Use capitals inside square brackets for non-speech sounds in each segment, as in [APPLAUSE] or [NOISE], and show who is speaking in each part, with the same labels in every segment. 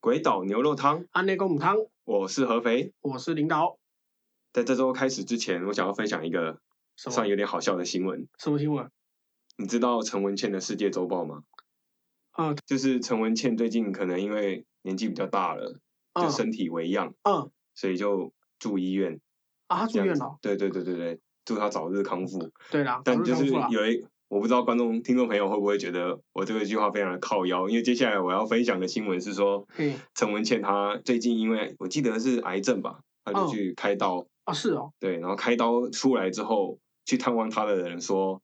Speaker 1: 鬼岛牛肉汤，
Speaker 2: 安内公母汤，
Speaker 1: 我是合肥。
Speaker 2: 我是领导。
Speaker 1: 在这周开始之前，我想要分享一个
Speaker 2: 什
Speaker 1: 算
Speaker 2: 么
Speaker 1: 有点好笑的新闻。
Speaker 2: 什么新闻？
Speaker 1: 你知道陈文茜的世界周报吗？
Speaker 2: 嗯
Speaker 1: 就是陈文茜最近可能因为年纪比较大了，就
Speaker 2: 嗯
Speaker 1: 身体为恙，
Speaker 2: 嗯
Speaker 1: 所以就住医院。
Speaker 2: 啊，他住
Speaker 1: 这样
Speaker 2: 院
Speaker 1: 子
Speaker 2: 了。
Speaker 1: 对对对对对，祝她早日康复。
Speaker 2: 对啦，
Speaker 1: 但
Speaker 2: 早日
Speaker 1: 就
Speaker 2: 康
Speaker 1: 是
Speaker 2: 复啦
Speaker 1: 有一，我不知道观众听众朋友会不会觉得我这个句话非常的靠腰，因为接下来我要分享的新闻是说
Speaker 2: 嘿，
Speaker 1: 陈文茜她最近因为我记得是癌症吧，她就
Speaker 2: 哦
Speaker 1: 去开刀，
Speaker 2: 啊，是哦，
Speaker 1: 对，然后开刀出来之后，去探望她的人说，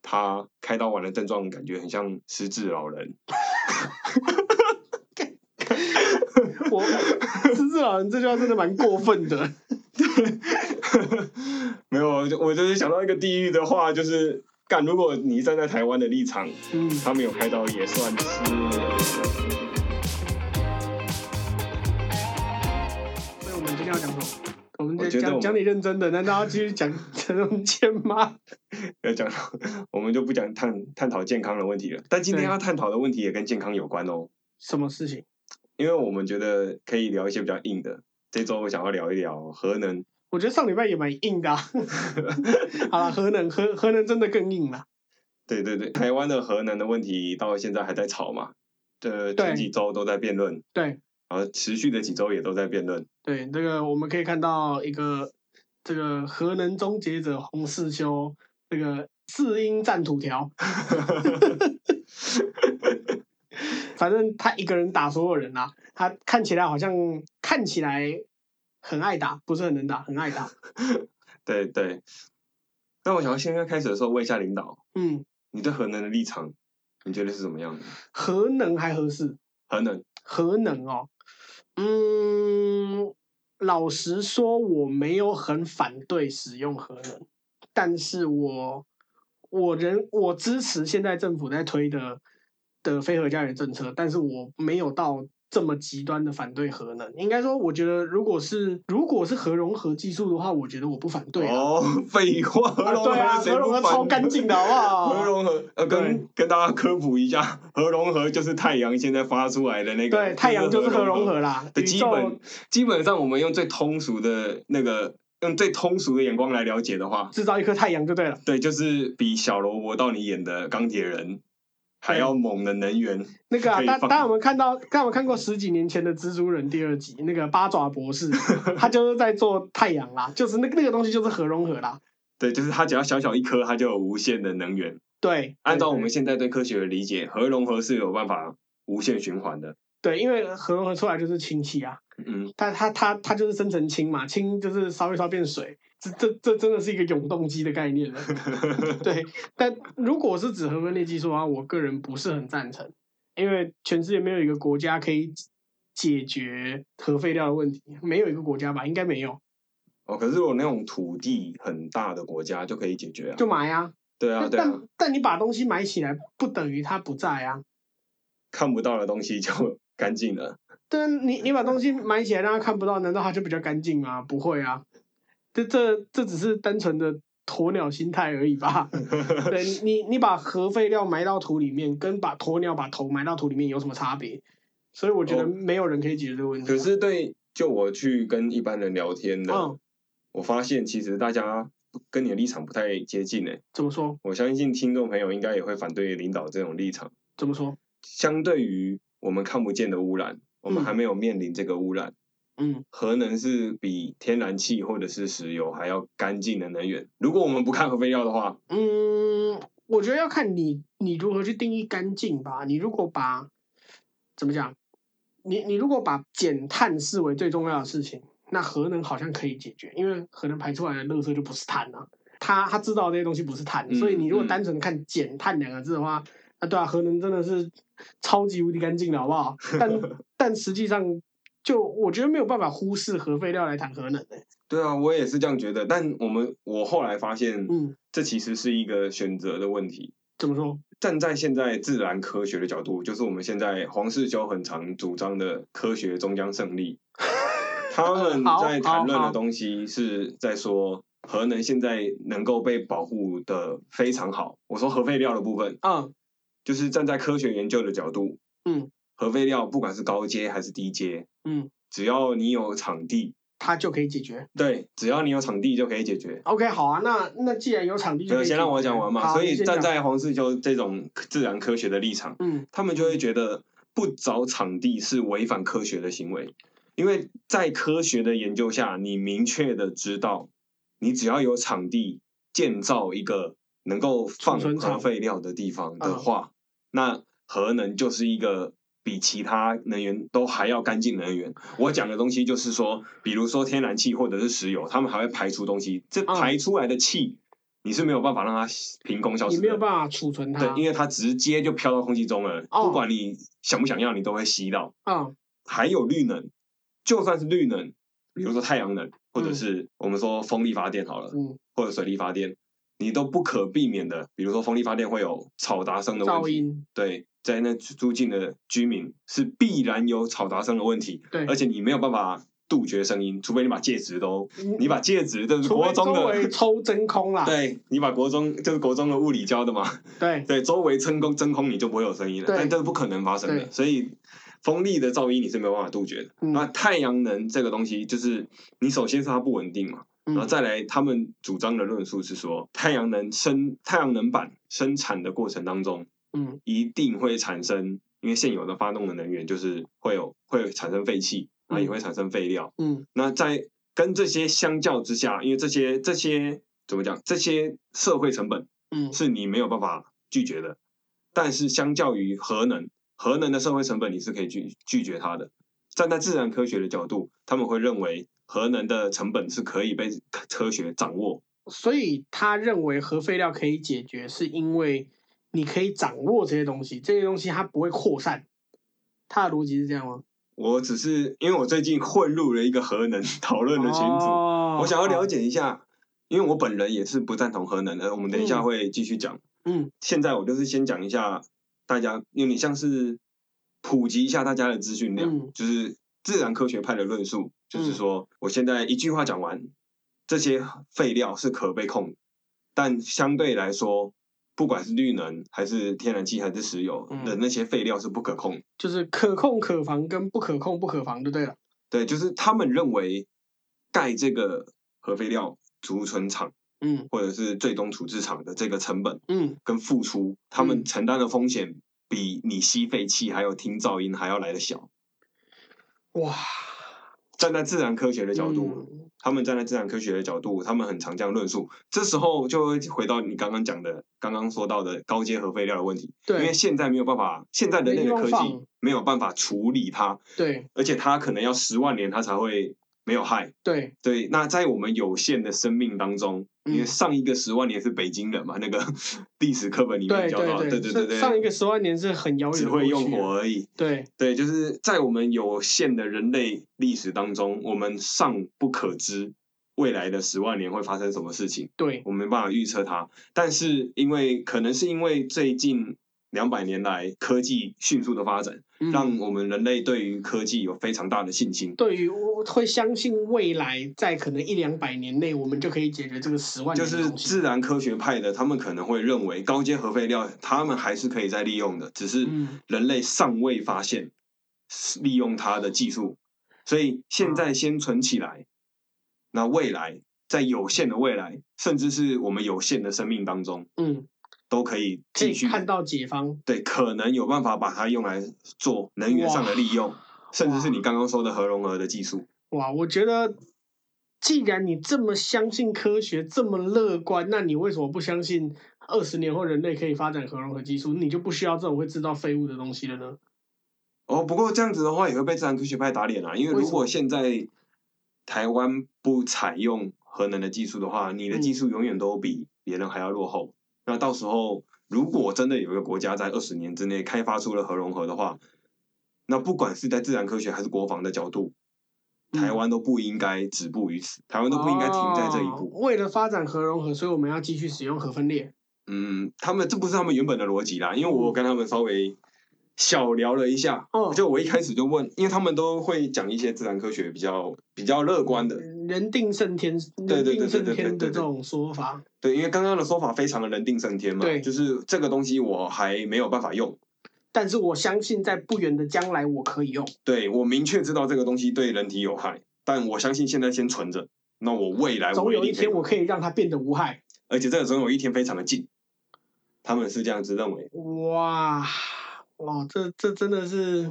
Speaker 1: 她开刀完的症状感觉很像失智老人， [LAUGHS]
Speaker 2: 我 [LAUGHS] 失智老人这句话真的蛮过分的。
Speaker 1: 没有，我就我就是想到一个地狱的话，就是干，如果你站在台湾的立场，
Speaker 2: 嗯，
Speaker 1: 他没有开刀也算是。 [LAUGHS]
Speaker 2: 所以我们今天要讲什么？我们
Speaker 1: 我
Speaker 2: 得
Speaker 1: 觉得我们
Speaker 2: 讲讲点认真的，难道要继续讲陈荣谦吗？
Speaker 1: 要讲到，我们就不讲探探讨健康的问题了。但今天
Speaker 2: 对
Speaker 1: 要探讨的问题也跟健康有关哦，
Speaker 2: 什么事情？
Speaker 1: 因为我们觉得可以聊一些比较硬的。这周我想要聊一聊核能，
Speaker 2: 我觉得上礼拜也蛮硬的、啊。 [LAUGHS] 好了，核能核核能真的更硬了。
Speaker 1: 对对对，台湾的核能的问题到现在还在吵嘛，呃，
Speaker 2: 对
Speaker 1: 前几周都在辩论，
Speaker 2: 对
Speaker 1: 然后持续的几周也都在辩论。
Speaker 2: 对，这个我们可以看到一个这个核能终结者洪世修这个四英战土条， [LAUGHS] 反正他一个人打所有人啦、他看起来好像看起来很爱打，不是很能打，很爱打。
Speaker 1: 对对，那我想要现在开始的时候问一下领导，
Speaker 2: 嗯，
Speaker 1: 你对核能的立场，你觉得是怎么样的？
Speaker 2: 核能还合适。
Speaker 1: 核能，
Speaker 2: 核能哦，嗯，老实说，我没有很反对使用核能，但是我我人我支持现在政府在推的的非核家园政策，但是我没有到这么极端的反对核能。应该说，我觉得如果是如果是核融合技术的话，我觉得我不反对啊。
Speaker 1: 哦， [LAUGHS] 废话，核
Speaker 2: 啊
Speaker 1: 融
Speaker 2: 对啊，
Speaker 1: 合谁
Speaker 2: 核融
Speaker 1: 不
Speaker 2: 合
Speaker 1: 反
Speaker 2: 超干
Speaker 1: 对
Speaker 2: 净的，好不
Speaker 1: 核
Speaker 2: 好？
Speaker 1: 融合，呃，跟
Speaker 2: 对
Speaker 1: 跟大家科普一下，核融合就是太阳现在发出来的那个，
Speaker 2: 对，太阳就是核融合啦，
Speaker 1: 的
Speaker 2: 宇
Speaker 1: 基
Speaker 2: 宙
Speaker 1: 本。基本上，我们用最通俗的那个，用最通俗的眼光来了解的话，
Speaker 2: 制造一颗太阳就对了。
Speaker 1: 对，就是比小罗伯道尼演的钢铁人还要猛的能源。
Speaker 2: 那个、啊
Speaker 1: 可以，
Speaker 2: 大
Speaker 1: 放
Speaker 2: 大家有没有看到？大家有没有看过十几年前的《蜘蛛人》第二集？那个八爪博士，他就是在做太阳啦，就是那个那个东西就是核融合啦。
Speaker 1: 对，就是它只要小小一颗，它就有无限的能源。
Speaker 2: 对，
Speaker 1: 按照我
Speaker 2: 对
Speaker 1: 们现在对科学的理解，核融合是有办法无限循环的。
Speaker 2: 对，因为核融合出来就是氢气啊，
Speaker 1: 嗯，
Speaker 2: 它它它它就是生成氢嘛，氢就是烧一烧变水，这这这真的是一个永动机的概
Speaker 1: [LAUGHS]
Speaker 2: 念了。对，但如果是指核分裂技术的话，我个人不是很赞成，因为全世界没有一个国家可以解决核废料的问题，没有一个国家吧，应该没有，
Speaker 1: 哦，可是如果那种土地很大的国家就可以解决啊。
Speaker 2: 就埋啊。
Speaker 1: 对啊，
Speaker 2: 但
Speaker 1: 对啊。
Speaker 2: 但但你把东西埋起来，不等于它不在啊。
Speaker 1: 看不到的东西就 [LAUGHS] 干净了。
Speaker 2: 但你你把东西埋起来，让它看不到，难道它就比较干净吗？不会啊，这这这只是单纯的鸵鸟心态而已吧。
Speaker 1: 嗯
Speaker 2: 对你你把核废料埋到土里面，跟把鸵鸟把头埋到土里面有什么差别？所以我觉得
Speaker 1: 哦
Speaker 2: 没有人可以解决这个问题啊、
Speaker 1: 可是对，就我去跟一般人聊天的，
Speaker 2: 嗯
Speaker 1: 我发现其实大家跟你的立场不太接近诶、
Speaker 2: 怎么说？
Speaker 1: 我相信听众朋友应该也会反对领导这种立场。
Speaker 2: 怎么说？
Speaker 1: 相对于我们看不见的污染，我们
Speaker 2: 嗯
Speaker 1: 还没有面临这个污染，
Speaker 2: 嗯，
Speaker 1: 核能是比天然气或者是石油还要干净的能源。如果我们不看核废料的话，
Speaker 2: 嗯，我觉得要看你你如何去定义干净吧。你如果把怎么讲，你你如果把减碳视为最重要的事情，那核能好像可以解决，因为核能排出来的垃圾就不是碳啊。他他知道这些东西不是碳，
Speaker 1: 嗯
Speaker 2: 所以你如果
Speaker 1: 嗯
Speaker 2: 单纯看“减碳”两个字的话，啊，对啊，核能真的是超级无敌干净的，好不好？
Speaker 1: [LAUGHS]
Speaker 2: 但但实际上，就我觉得没有办法忽视核废料来谈核能的、
Speaker 1: 对啊，我也是这样觉得。但我们我后来发现，
Speaker 2: 嗯，
Speaker 1: 这其实是一个选择的问题。
Speaker 2: 怎么说？
Speaker 1: 站在现在自然科学的角度，就是我们现在黄世修很常主张的科学终将胜
Speaker 2: [LAUGHS]
Speaker 1: 利。他们
Speaker 2: 好
Speaker 1: 在谈论
Speaker 2: 好
Speaker 1: 的
Speaker 2: 好
Speaker 1: 东西是在说核能现在能够被保护的非常好。我说核废料的部分，
Speaker 2: 嗯
Speaker 1: 就是站在科学研究的角度，
Speaker 2: 嗯，
Speaker 1: 核废料不管是高阶还是低阶，
Speaker 2: 嗯，
Speaker 1: 只要你有场地，
Speaker 2: 它就可以解决。
Speaker 1: 对，只要你有场地就可以解决。
Speaker 2: OK，好啊，那那既然有场地就
Speaker 1: 没
Speaker 2: 可
Speaker 1: 有，
Speaker 2: 以
Speaker 1: 先让我
Speaker 2: 解决
Speaker 1: 讲完嘛。
Speaker 2: 好
Speaker 1: 所
Speaker 2: 你
Speaker 1: 以
Speaker 2: 先
Speaker 1: 站
Speaker 2: 讲
Speaker 1: 在黄世修这种自然科学的立场，
Speaker 2: 嗯
Speaker 1: 他们就会觉得不找场地是违反科学的行为，因为在科学的研究下，你明确的知道，你只要有场地建造一个能够放
Speaker 2: 储存场嗯
Speaker 1: 核废料的地方的话，那核能就是一个。比其他能源都还要干净能源。我讲的东西就是说，比如说天然气或者是石油，他们还会排出东西，这
Speaker 2: 嗯
Speaker 1: 排出来的气，你是没有办法让它凭空消失
Speaker 2: 你
Speaker 1: 的。
Speaker 2: 没有办法储存它
Speaker 1: 对，，因为它直接就飘到空气中了，
Speaker 2: 嗯哦
Speaker 1: 不管你想不想要，你都会吸到。
Speaker 2: 嗯
Speaker 1: 还有绿能，就算是绿能，比如说太阳能，或者
Speaker 2: 嗯
Speaker 1: 是我们说风力发电好了，
Speaker 2: 嗯，
Speaker 1: 或者水力发电，你都不可避免的，比如说风力发电会有吵杂声的问
Speaker 2: 噪
Speaker 1: 题，
Speaker 2: 音，
Speaker 1: 对，在那租近的居民是必然有吵杂声的问题，
Speaker 2: 对，嗯
Speaker 1: 而且你没有办法杜绝声音，除非你把戒指都，
Speaker 2: 你
Speaker 1: 你把戒指这是
Speaker 2: 嗯除
Speaker 1: 国
Speaker 2: 非
Speaker 1: 中
Speaker 2: 周
Speaker 1: 的
Speaker 2: 围，抽真空啦，
Speaker 1: 对你把国中这是国中的物理教的嘛，
Speaker 2: 对
Speaker 1: 对，周围真空真空你就不会有声音了，
Speaker 2: 对
Speaker 1: 但这是不可能发生的
Speaker 2: 对，
Speaker 1: 所以风力的噪音你是没有办法杜绝的。
Speaker 2: 嗯
Speaker 1: 那太阳能这个东西，就是你首先是它不稳定嘛，
Speaker 2: 嗯
Speaker 1: 然后再来他们主张的论述是说，太阳能生太阳能板生产的过程当中，
Speaker 2: 嗯
Speaker 1: 一定会产生，因为现有的发动的能源就是会有会产生废气，然后也
Speaker 2: 嗯
Speaker 1: 会产生废料。
Speaker 2: 嗯
Speaker 1: 那在跟这些相较之下，因为这些这些怎么讲，这些社会成本
Speaker 2: 嗯
Speaker 1: 是你没有办法拒绝的。但是相较于核能，核能的社会成本你是可以拒拒绝它的。站在自然科学的角度，他们会认为核能的成本是可以被科科学掌握。
Speaker 2: 所以他认为核废料可以解决，是因为你可以掌握这些东西，这些东西它不会扩散。他的逻辑是这样吗？
Speaker 1: 我只是因为我最近混入了一个核能 [LAUGHS] 讨论的群组，
Speaker 2: 哦
Speaker 1: 我想要了，解一下，因为我本人也是不赞同核能的。我们等一下
Speaker 2: 嗯
Speaker 1: 会继续讲。
Speaker 2: 嗯
Speaker 1: 现在我就是先讲一下大家，有点像是普及一下大家的资讯量，
Speaker 2: 嗯
Speaker 1: 就是自然科学派的论述，就是
Speaker 2: 嗯
Speaker 1: 说、我现在一句话讲完，这些废料是可被控的，但相对来说，不管是绿能还是天然气还是石油
Speaker 2: 嗯
Speaker 1: 的那些废料是不可控的。
Speaker 2: 就是可控可防跟不可控不可防就对了。
Speaker 1: 对，就是他们认为盖这个核废料储存厂
Speaker 2: 嗯
Speaker 1: 或者是最终处置厂的这个成本
Speaker 2: 嗯
Speaker 1: 跟付出，他们
Speaker 2: 嗯
Speaker 1: 承担的风险比你吸废气还有听噪音还要来得小。
Speaker 2: 哇，
Speaker 1: 站在自然科学的角度，
Speaker 2: 嗯
Speaker 1: 他们站在自然科学的角度，他们很常这样论述。这时候就会回到你刚刚讲的、刚刚说到的高阶核废料的问题，因为
Speaker 2: 对
Speaker 1: 现在没有办法，现在人类
Speaker 2: 没
Speaker 1: 的
Speaker 2: 地方
Speaker 1: 科技
Speaker 2: 放
Speaker 1: 没有办法处理它，
Speaker 2: 对
Speaker 1: 而且它可能要十万年它才会没有害。
Speaker 2: 对，
Speaker 1: 对，那在我们有限的生命当中，因为
Speaker 2: 嗯
Speaker 1: 上一个十万年是北京人嘛，那个 [LAUGHS] 历史课本里面
Speaker 2: 对
Speaker 1: 教到，
Speaker 2: 对
Speaker 1: 对对对
Speaker 2: 上
Speaker 1: 对，
Speaker 2: 上一个十万年是很遥远的
Speaker 1: 只会
Speaker 2: 过
Speaker 1: 用
Speaker 2: 去
Speaker 1: 火
Speaker 2: 了，
Speaker 1: 而已。
Speaker 2: 对，
Speaker 1: 对，就是在我们有限的人类历史当中，我们尚不可知未来的十万年会发生什么事情，
Speaker 2: 对，
Speaker 1: 我们没办法预测它。但是因为可能是因为最近两百年来科技迅速的发展，
Speaker 2: 嗯
Speaker 1: 让我们人类对于科技有非常大的信心。
Speaker 2: 对于我会相信未来在可能一两百年内，我们就可以解决这个十万
Speaker 1: 就
Speaker 2: 年的
Speaker 1: 是
Speaker 2: 东西。
Speaker 1: 自然科学派的，他们可能会认为高阶核废料他们还是可以再利用的，只是
Speaker 2: 嗯
Speaker 1: 人类尚未发现利用它的技术，所以现
Speaker 2: 嗯
Speaker 1: 在先存起来，那未来在有限的未来，甚至是我们有限的生命当中，
Speaker 2: 嗯，
Speaker 1: 都可以
Speaker 2: 可
Speaker 1: 继
Speaker 2: 以
Speaker 1: 续
Speaker 2: 看到解方。
Speaker 1: 对，可能有办法把它用来做能源上的利用，甚至是你刚刚说的核融合的技术。
Speaker 2: 哇，我觉得既然你这么相信科学，这么乐观，那你为什么不相信二十年后人类可以发展核融合技术，你就不需要这种会制造废物的东西了呢？
Speaker 1: 哦，不过这样子的话也会被自然科学派打脸啊，因为
Speaker 2: 为
Speaker 1: 如
Speaker 2: 什
Speaker 1: 果
Speaker 2: 么
Speaker 1: 现在台湾不采用核能的技术的话，你的技
Speaker 2: 嗯
Speaker 1: 术永远都比别人还要落后。那到时候如果真的有一个国家在二十年之内开发出了核融合的话，那不管是在自然科学还是国防的角度，台
Speaker 2: 嗯
Speaker 1: 湾都不应该止步于此，台湾都不应该停在这一步。
Speaker 2: 哦为了发展核融合，所以我们要继续使用核分裂。
Speaker 1: 嗯，他们这不是他们原本的逻辑啦，因为我
Speaker 2: 嗯
Speaker 1: 跟他们稍微小聊了一下，
Speaker 2: 嗯
Speaker 1: 就我一开始就问，因为他们都会讲一些自然科学比较比较乐观的，
Speaker 2: 嗯人定胜天，
Speaker 1: 对对
Speaker 2: 人
Speaker 1: 对
Speaker 2: 定胜
Speaker 1: 对对
Speaker 2: 天
Speaker 1: 对
Speaker 2: 的
Speaker 1: 对
Speaker 2: 这种说法，
Speaker 1: 对，因为刚刚的说法非常的人定胜天嘛，
Speaker 2: 对
Speaker 1: 就是这个东西我还没有办法用，
Speaker 2: 但是我相信在不远的将来我可以用。
Speaker 1: 对我明确知道这个东西对人体有害，但我相信现在先存着，那我未来
Speaker 2: 总
Speaker 1: 哎我
Speaker 2: 有
Speaker 1: 一
Speaker 2: 一
Speaker 1: 定可以
Speaker 2: 天我可以让它变得无害。
Speaker 1: 而且这个总有一天非常的近，他们是这样子认为，
Speaker 2: 哇，哇，这这真的是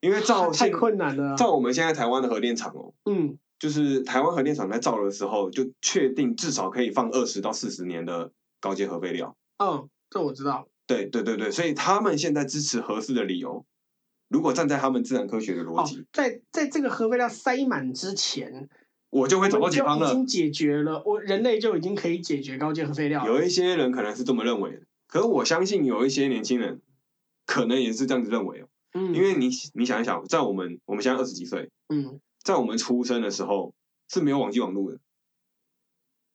Speaker 1: 因为造
Speaker 2: 太
Speaker 1: 现
Speaker 2: 困难了。
Speaker 1: 造我们现在台湾的核电厂哦，
Speaker 2: 嗯，
Speaker 1: 就是台湾核电厂在造的时候就确定至少可以放二十到四十年的高阶核废料。
Speaker 2: 嗯，这我知道。
Speaker 1: 对对对对，所以他们现在支持合适的理由，如果站在他们自然科学的逻
Speaker 2: 哦
Speaker 1: 辑，，
Speaker 2: 在在这个核废料塞满之前，
Speaker 1: 我就会找到
Speaker 2: 我们
Speaker 1: 解
Speaker 2: 就
Speaker 1: 方
Speaker 2: 已
Speaker 1: 了
Speaker 2: 经。解决了，我人类就已经可以解决高阶核废料了。
Speaker 1: 有一些人可能是这么认为的，可我相信有一些年轻人可能也是这样子认为哦，
Speaker 2: 嗯，
Speaker 1: 因为你你想一想，在我们我们现在二十几岁，
Speaker 2: 嗯，
Speaker 1: 在我们出生的时候是没有网际网络的，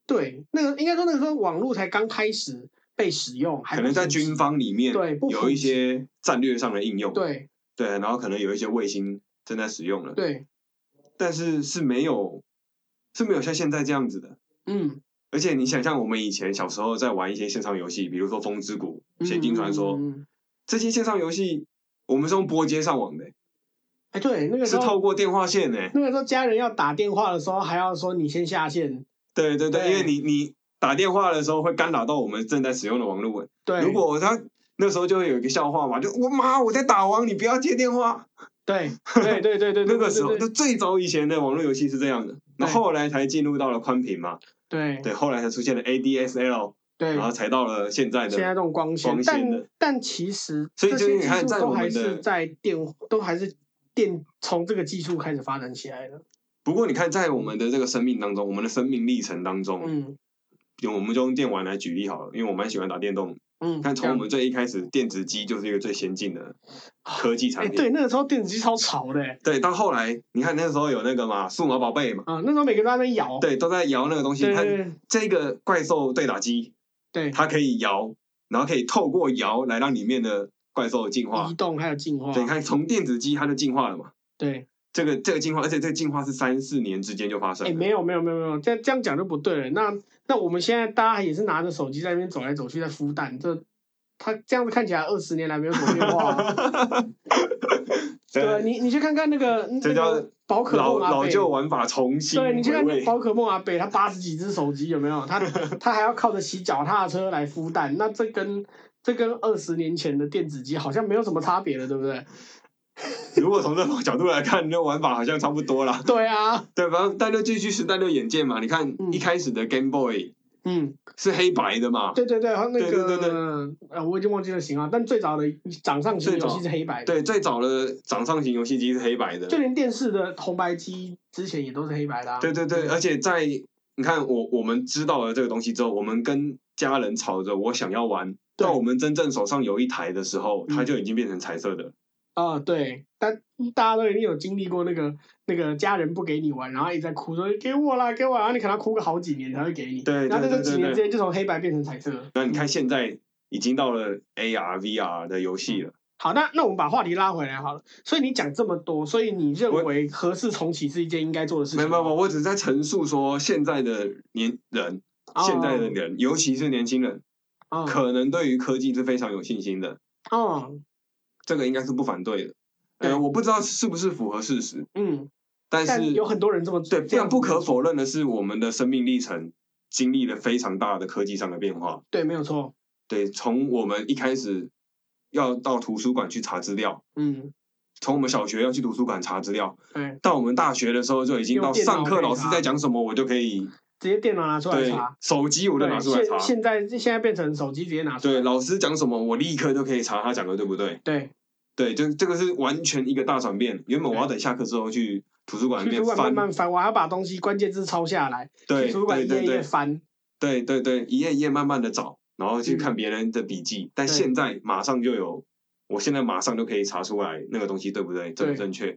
Speaker 2: 对，那个应该说那个时候网络才刚开始被使用，还
Speaker 1: 可能
Speaker 2: 不
Speaker 1: 在
Speaker 2: 普及
Speaker 1: 军方里面
Speaker 2: 对不
Speaker 1: 有
Speaker 2: 普
Speaker 1: 一
Speaker 2: 及
Speaker 1: 些战略上的应用，
Speaker 2: 对
Speaker 1: 对，然后可能有一些卫星正在使用了，
Speaker 2: 对，
Speaker 1: 但是是没有是没有像现在这样子的。
Speaker 2: 嗯，
Speaker 1: 而且你想象我们以前小时候在玩一些线上游戏，比如说《风之谷》
Speaker 2: 嗯
Speaker 1: 《仙境传说》
Speaker 2: 嗯嗯嗯
Speaker 1: 这些线上游戏，我们是用拨接上网的、
Speaker 2: 哎，对，嗯那个时
Speaker 1: 是
Speaker 2: 候
Speaker 1: 透过电话线呢、
Speaker 2: 那个时候家人要打电话的时候，还要说你先下线。
Speaker 1: 对对对，
Speaker 2: 对
Speaker 1: 因为你你打电话的时候会干扰到我们正在使用的网络、
Speaker 2: 对，
Speaker 1: 如果他那时候就会有一个笑话嘛，就我妈我在打王，你不要接电话。
Speaker 2: 对 [LAUGHS] 对对对
Speaker 1: [LAUGHS]
Speaker 2: 对，
Speaker 1: 那个时候，
Speaker 2: 对
Speaker 1: 就最早以前的网络游戏是这样的，那
Speaker 2: 对
Speaker 1: 后来才进入到了宽频嘛，
Speaker 2: 对
Speaker 1: 对，后来才出现了 ADSL，
Speaker 2: 对，
Speaker 1: 然后才到了现在
Speaker 2: 现在这
Speaker 1: 的。
Speaker 2: 种光
Speaker 1: 光
Speaker 2: 纤，
Speaker 1: 纤的
Speaker 2: 但但其实
Speaker 1: 所以
Speaker 2: 这
Speaker 1: 就是
Speaker 2: 些
Speaker 1: 你
Speaker 2: 技
Speaker 1: 看
Speaker 2: 术
Speaker 1: 在
Speaker 2: 都
Speaker 1: 我
Speaker 2: 还
Speaker 1: 们的
Speaker 2: 是在电，都还是电从这个技术开始发展起来的。
Speaker 1: 不过你看，在我们的这个生命当中，我们的生命历程当中，
Speaker 2: 嗯
Speaker 1: 就我们就用电玩来举例好了，因为我蛮喜欢打电动。
Speaker 2: 嗯，
Speaker 1: 你看，
Speaker 2: 这
Speaker 1: 从我
Speaker 2: 样
Speaker 1: 们最一开始，电子机就是一个最先进的科技产
Speaker 2: 哎，
Speaker 1: 品。
Speaker 2: 对，那个时候电子机超潮的欸
Speaker 1: 对到后来，你看那时候有那个嘛，数码宝贝嘛，
Speaker 2: 啊，那时候每个人都在那边摇。
Speaker 1: 对，都在摇那个东西。
Speaker 2: 对
Speaker 1: 你看
Speaker 2: 对
Speaker 1: 这个怪兽对打机，
Speaker 2: 对，
Speaker 1: 它可以摇，然后可以透过摇来让里面的怪兽进化
Speaker 2: 移。动还有进化
Speaker 1: 对，。你看从电子机它就进化了嘛。
Speaker 2: 对，
Speaker 1: 这个这个进化，而且这个进化是三四年之间就发生
Speaker 2: 哎，
Speaker 1: 了。
Speaker 2: 没有没有没有没有，这样这样讲就不对了。那那我们现在大家也是拿着手机在那边走来走去，在孵蛋，这它这样子看起来二十年来没有什么变化
Speaker 1: [LAUGHS]
Speaker 2: 啊。对，啊你你去看看那个
Speaker 1: 这
Speaker 2: 那
Speaker 1: 叫
Speaker 2: 个宝可
Speaker 1: 老
Speaker 2: 梦阿
Speaker 1: 老
Speaker 2: 贝，
Speaker 1: 旧玩法重新
Speaker 2: 对你去
Speaker 1: 回
Speaker 2: 看那
Speaker 1: 味。
Speaker 2: 宝可梦阿贝，他八十几只手机有没有？他他还要靠着骑脚踏车来孵蛋，那这跟这跟二十年前的电子机好像没有什么差别了，对不对？
Speaker 1: [LAUGHS]
Speaker 2: [LAUGHS]
Speaker 1: 如果从这种角度来看，那玩法好像差不多啦。 [LAUGHS]
Speaker 2: 对啊，
Speaker 1: 对，反正大家继续时代的眼界嘛。你看
Speaker 2: 嗯
Speaker 1: 一开始的 Game Boy
Speaker 2: 嗯，
Speaker 1: 是黑白的嘛，
Speaker 2: 对对对，还有那
Speaker 1: 对
Speaker 2: 个
Speaker 1: 对对
Speaker 2: 呃，我已经忘记了型号，但最早的掌上型
Speaker 1: 最早
Speaker 2: 游戏是黑白的，
Speaker 1: 对，最早的掌上型游戏机是黑白的
Speaker 2: 就，连电视的红白机之前也都是黑白的、啊。
Speaker 1: 对对对。而且在你看我我们知道了这个东西之后，我们跟家人吵着我想要玩，
Speaker 2: 对
Speaker 1: 到我们真正手上有一台的时候，
Speaker 2: 嗯
Speaker 1: 它就已经变成彩色的。
Speaker 2: 啊、对，但大家都一定有经历过那个那个家人不给你玩，然后一直在哭说给我啦，给我啦，然后你可能要哭个好几年才会给你，
Speaker 1: 对对
Speaker 2: 然后在
Speaker 1: 对对
Speaker 2: 这几年
Speaker 1: 对
Speaker 2: 之间就从黑白变成彩色了。嗯
Speaker 1: 那你看现在已经到了 AR VR 的游戏了，
Speaker 2: 好，那那我们把话题拉回来好了。所以你讲这么多，所以你认
Speaker 1: 我
Speaker 2: 为合适重启是一件应该做的事情
Speaker 1: 没
Speaker 2: 吗？
Speaker 1: 有没有，我只是在陈述说现在的年人，
Speaker 2: 哦
Speaker 1: 现在的人，尤其是年轻人，
Speaker 2: 嗯
Speaker 1: 可能对于科技是非常有信心的，
Speaker 2: 嗯
Speaker 1: 这个应该是不反对的。呃，
Speaker 2: 对
Speaker 1: 我不知道是不是符合事实，
Speaker 2: 嗯，
Speaker 1: 但是
Speaker 2: 但有很多人这么
Speaker 1: 对，
Speaker 2: 这
Speaker 1: 但
Speaker 2: 样
Speaker 1: 不可否认的是，我们的生命历程经历了非常大的科技上的变化。
Speaker 2: 对，没有错。
Speaker 1: 对，从我们一开始要到图书馆去查资料，
Speaker 2: 嗯，
Speaker 1: 从我们小学要去图书馆查资料，
Speaker 2: 对，
Speaker 1: 到我们大学的时候就已经
Speaker 2: 用
Speaker 1: 到
Speaker 2: 电脑
Speaker 1: 上课
Speaker 2: 可以
Speaker 1: 老师
Speaker 2: 查
Speaker 1: 在讲什么，我就可以
Speaker 2: 直接电脑拿出来
Speaker 1: 对
Speaker 2: 查。
Speaker 1: 手机我就拿
Speaker 2: 对，
Speaker 1: 出来
Speaker 2: 现
Speaker 1: 查。
Speaker 2: 现在现在变成手机直接拿出来。
Speaker 1: 对，老师讲什么，我立刻就可以查他讲的对不对。
Speaker 2: 对，
Speaker 1: 对，就这个是完全一个大转变。原本我要等下课之后去图书馆
Speaker 2: 去
Speaker 1: 里
Speaker 2: 图
Speaker 1: 面
Speaker 2: 书馆
Speaker 1: 翻
Speaker 2: 慢，慢翻，我还要把东西关键字抄下来，
Speaker 1: 对
Speaker 2: 去图书馆
Speaker 1: 对
Speaker 2: 一
Speaker 1: 对嗯
Speaker 2: 页一页嗯
Speaker 1: 对
Speaker 2: 翻。
Speaker 1: 对对对，一页一页慢慢的找，然后去看别人的笔记。但
Speaker 2: 对
Speaker 1: 现在马上就有，我现在马上就可以查出来那个东西对不对，正不
Speaker 2: 对
Speaker 1: 正确。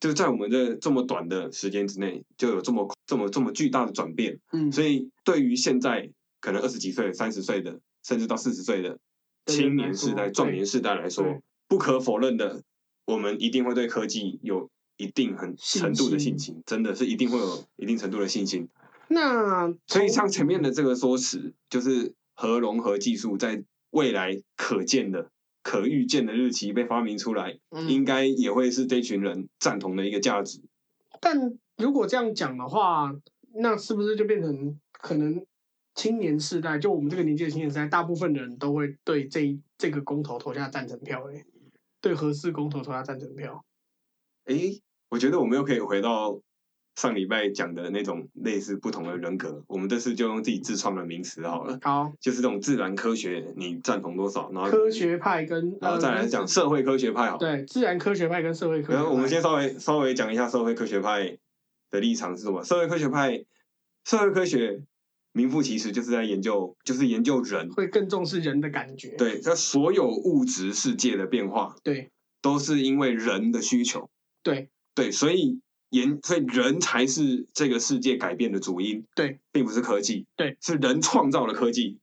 Speaker 1: 就在我们的这么短的时间之内，就有这么这么这么巨大的转变。
Speaker 2: 嗯，
Speaker 1: 所以对于现在可能二十几岁、三十岁的，甚至到四十岁的
Speaker 2: 对
Speaker 1: 青
Speaker 2: 来
Speaker 1: 年
Speaker 2: 说
Speaker 1: 世代、
Speaker 2: 对
Speaker 1: 壮年世代来说
Speaker 2: 对，
Speaker 1: 不可否认的，我们一定会对科技有一定很
Speaker 2: 信
Speaker 1: 程度的信
Speaker 2: 心哦
Speaker 1: 心，真的是一定会有一定程度的信心。
Speaker 2: 那
Speaker 1: 所以
Speaker 2: 从
Speaker 1: 像前面的这个说辞，就是核融合技术在未来可见的可预见的日期被发明出来，
Speaker 2: 嗯，
Speaker 1: 应该也会是这群人赞同的一个价值。
Speaker 2: 但如果这样讲的话，那是不是就变成可能青年世代，就我们这个年纪的青年世代，大部分人都会对这一这个公投投下赞成票嘞？对合适公投投下赞成票，
Speaker 1: 诶，我觉得我们又可以回到上礼拜讲的那种类似不同的人格，我们这次就用自己自创的名词好了，
Speaker 2: 好，
Speaker 1: 就是这种自然科学，你赞同多少，然后
Speaker 2: 科，学派跟呃
Speaker 1: 然后再来讲社会科学派好了。
Speaker 2: 对自然科学派跟社会科学
Speaker 1: 然
Speaker 2: 派，
Speaker 1: 后我们先稍微稍微讲一下社会科学派的立场是什么。社会科学派，社会科学名副其实就是在研究，就是研究人。
Speaker 2: 会更重视人的感觉，
Speaker 1: 对，这所有物质世界的变化
Speaker 2: 对
Speaker 1: 都是因为人的需求。
Speaker 2: 对
Speaker 1: 对，所以研，所以人才是这个世界改变的主因。
Speaker 2: 对，
Speaker 1: 并不是科技。
Speaker 2: 对，
Speaker 1: 是人创造了科技。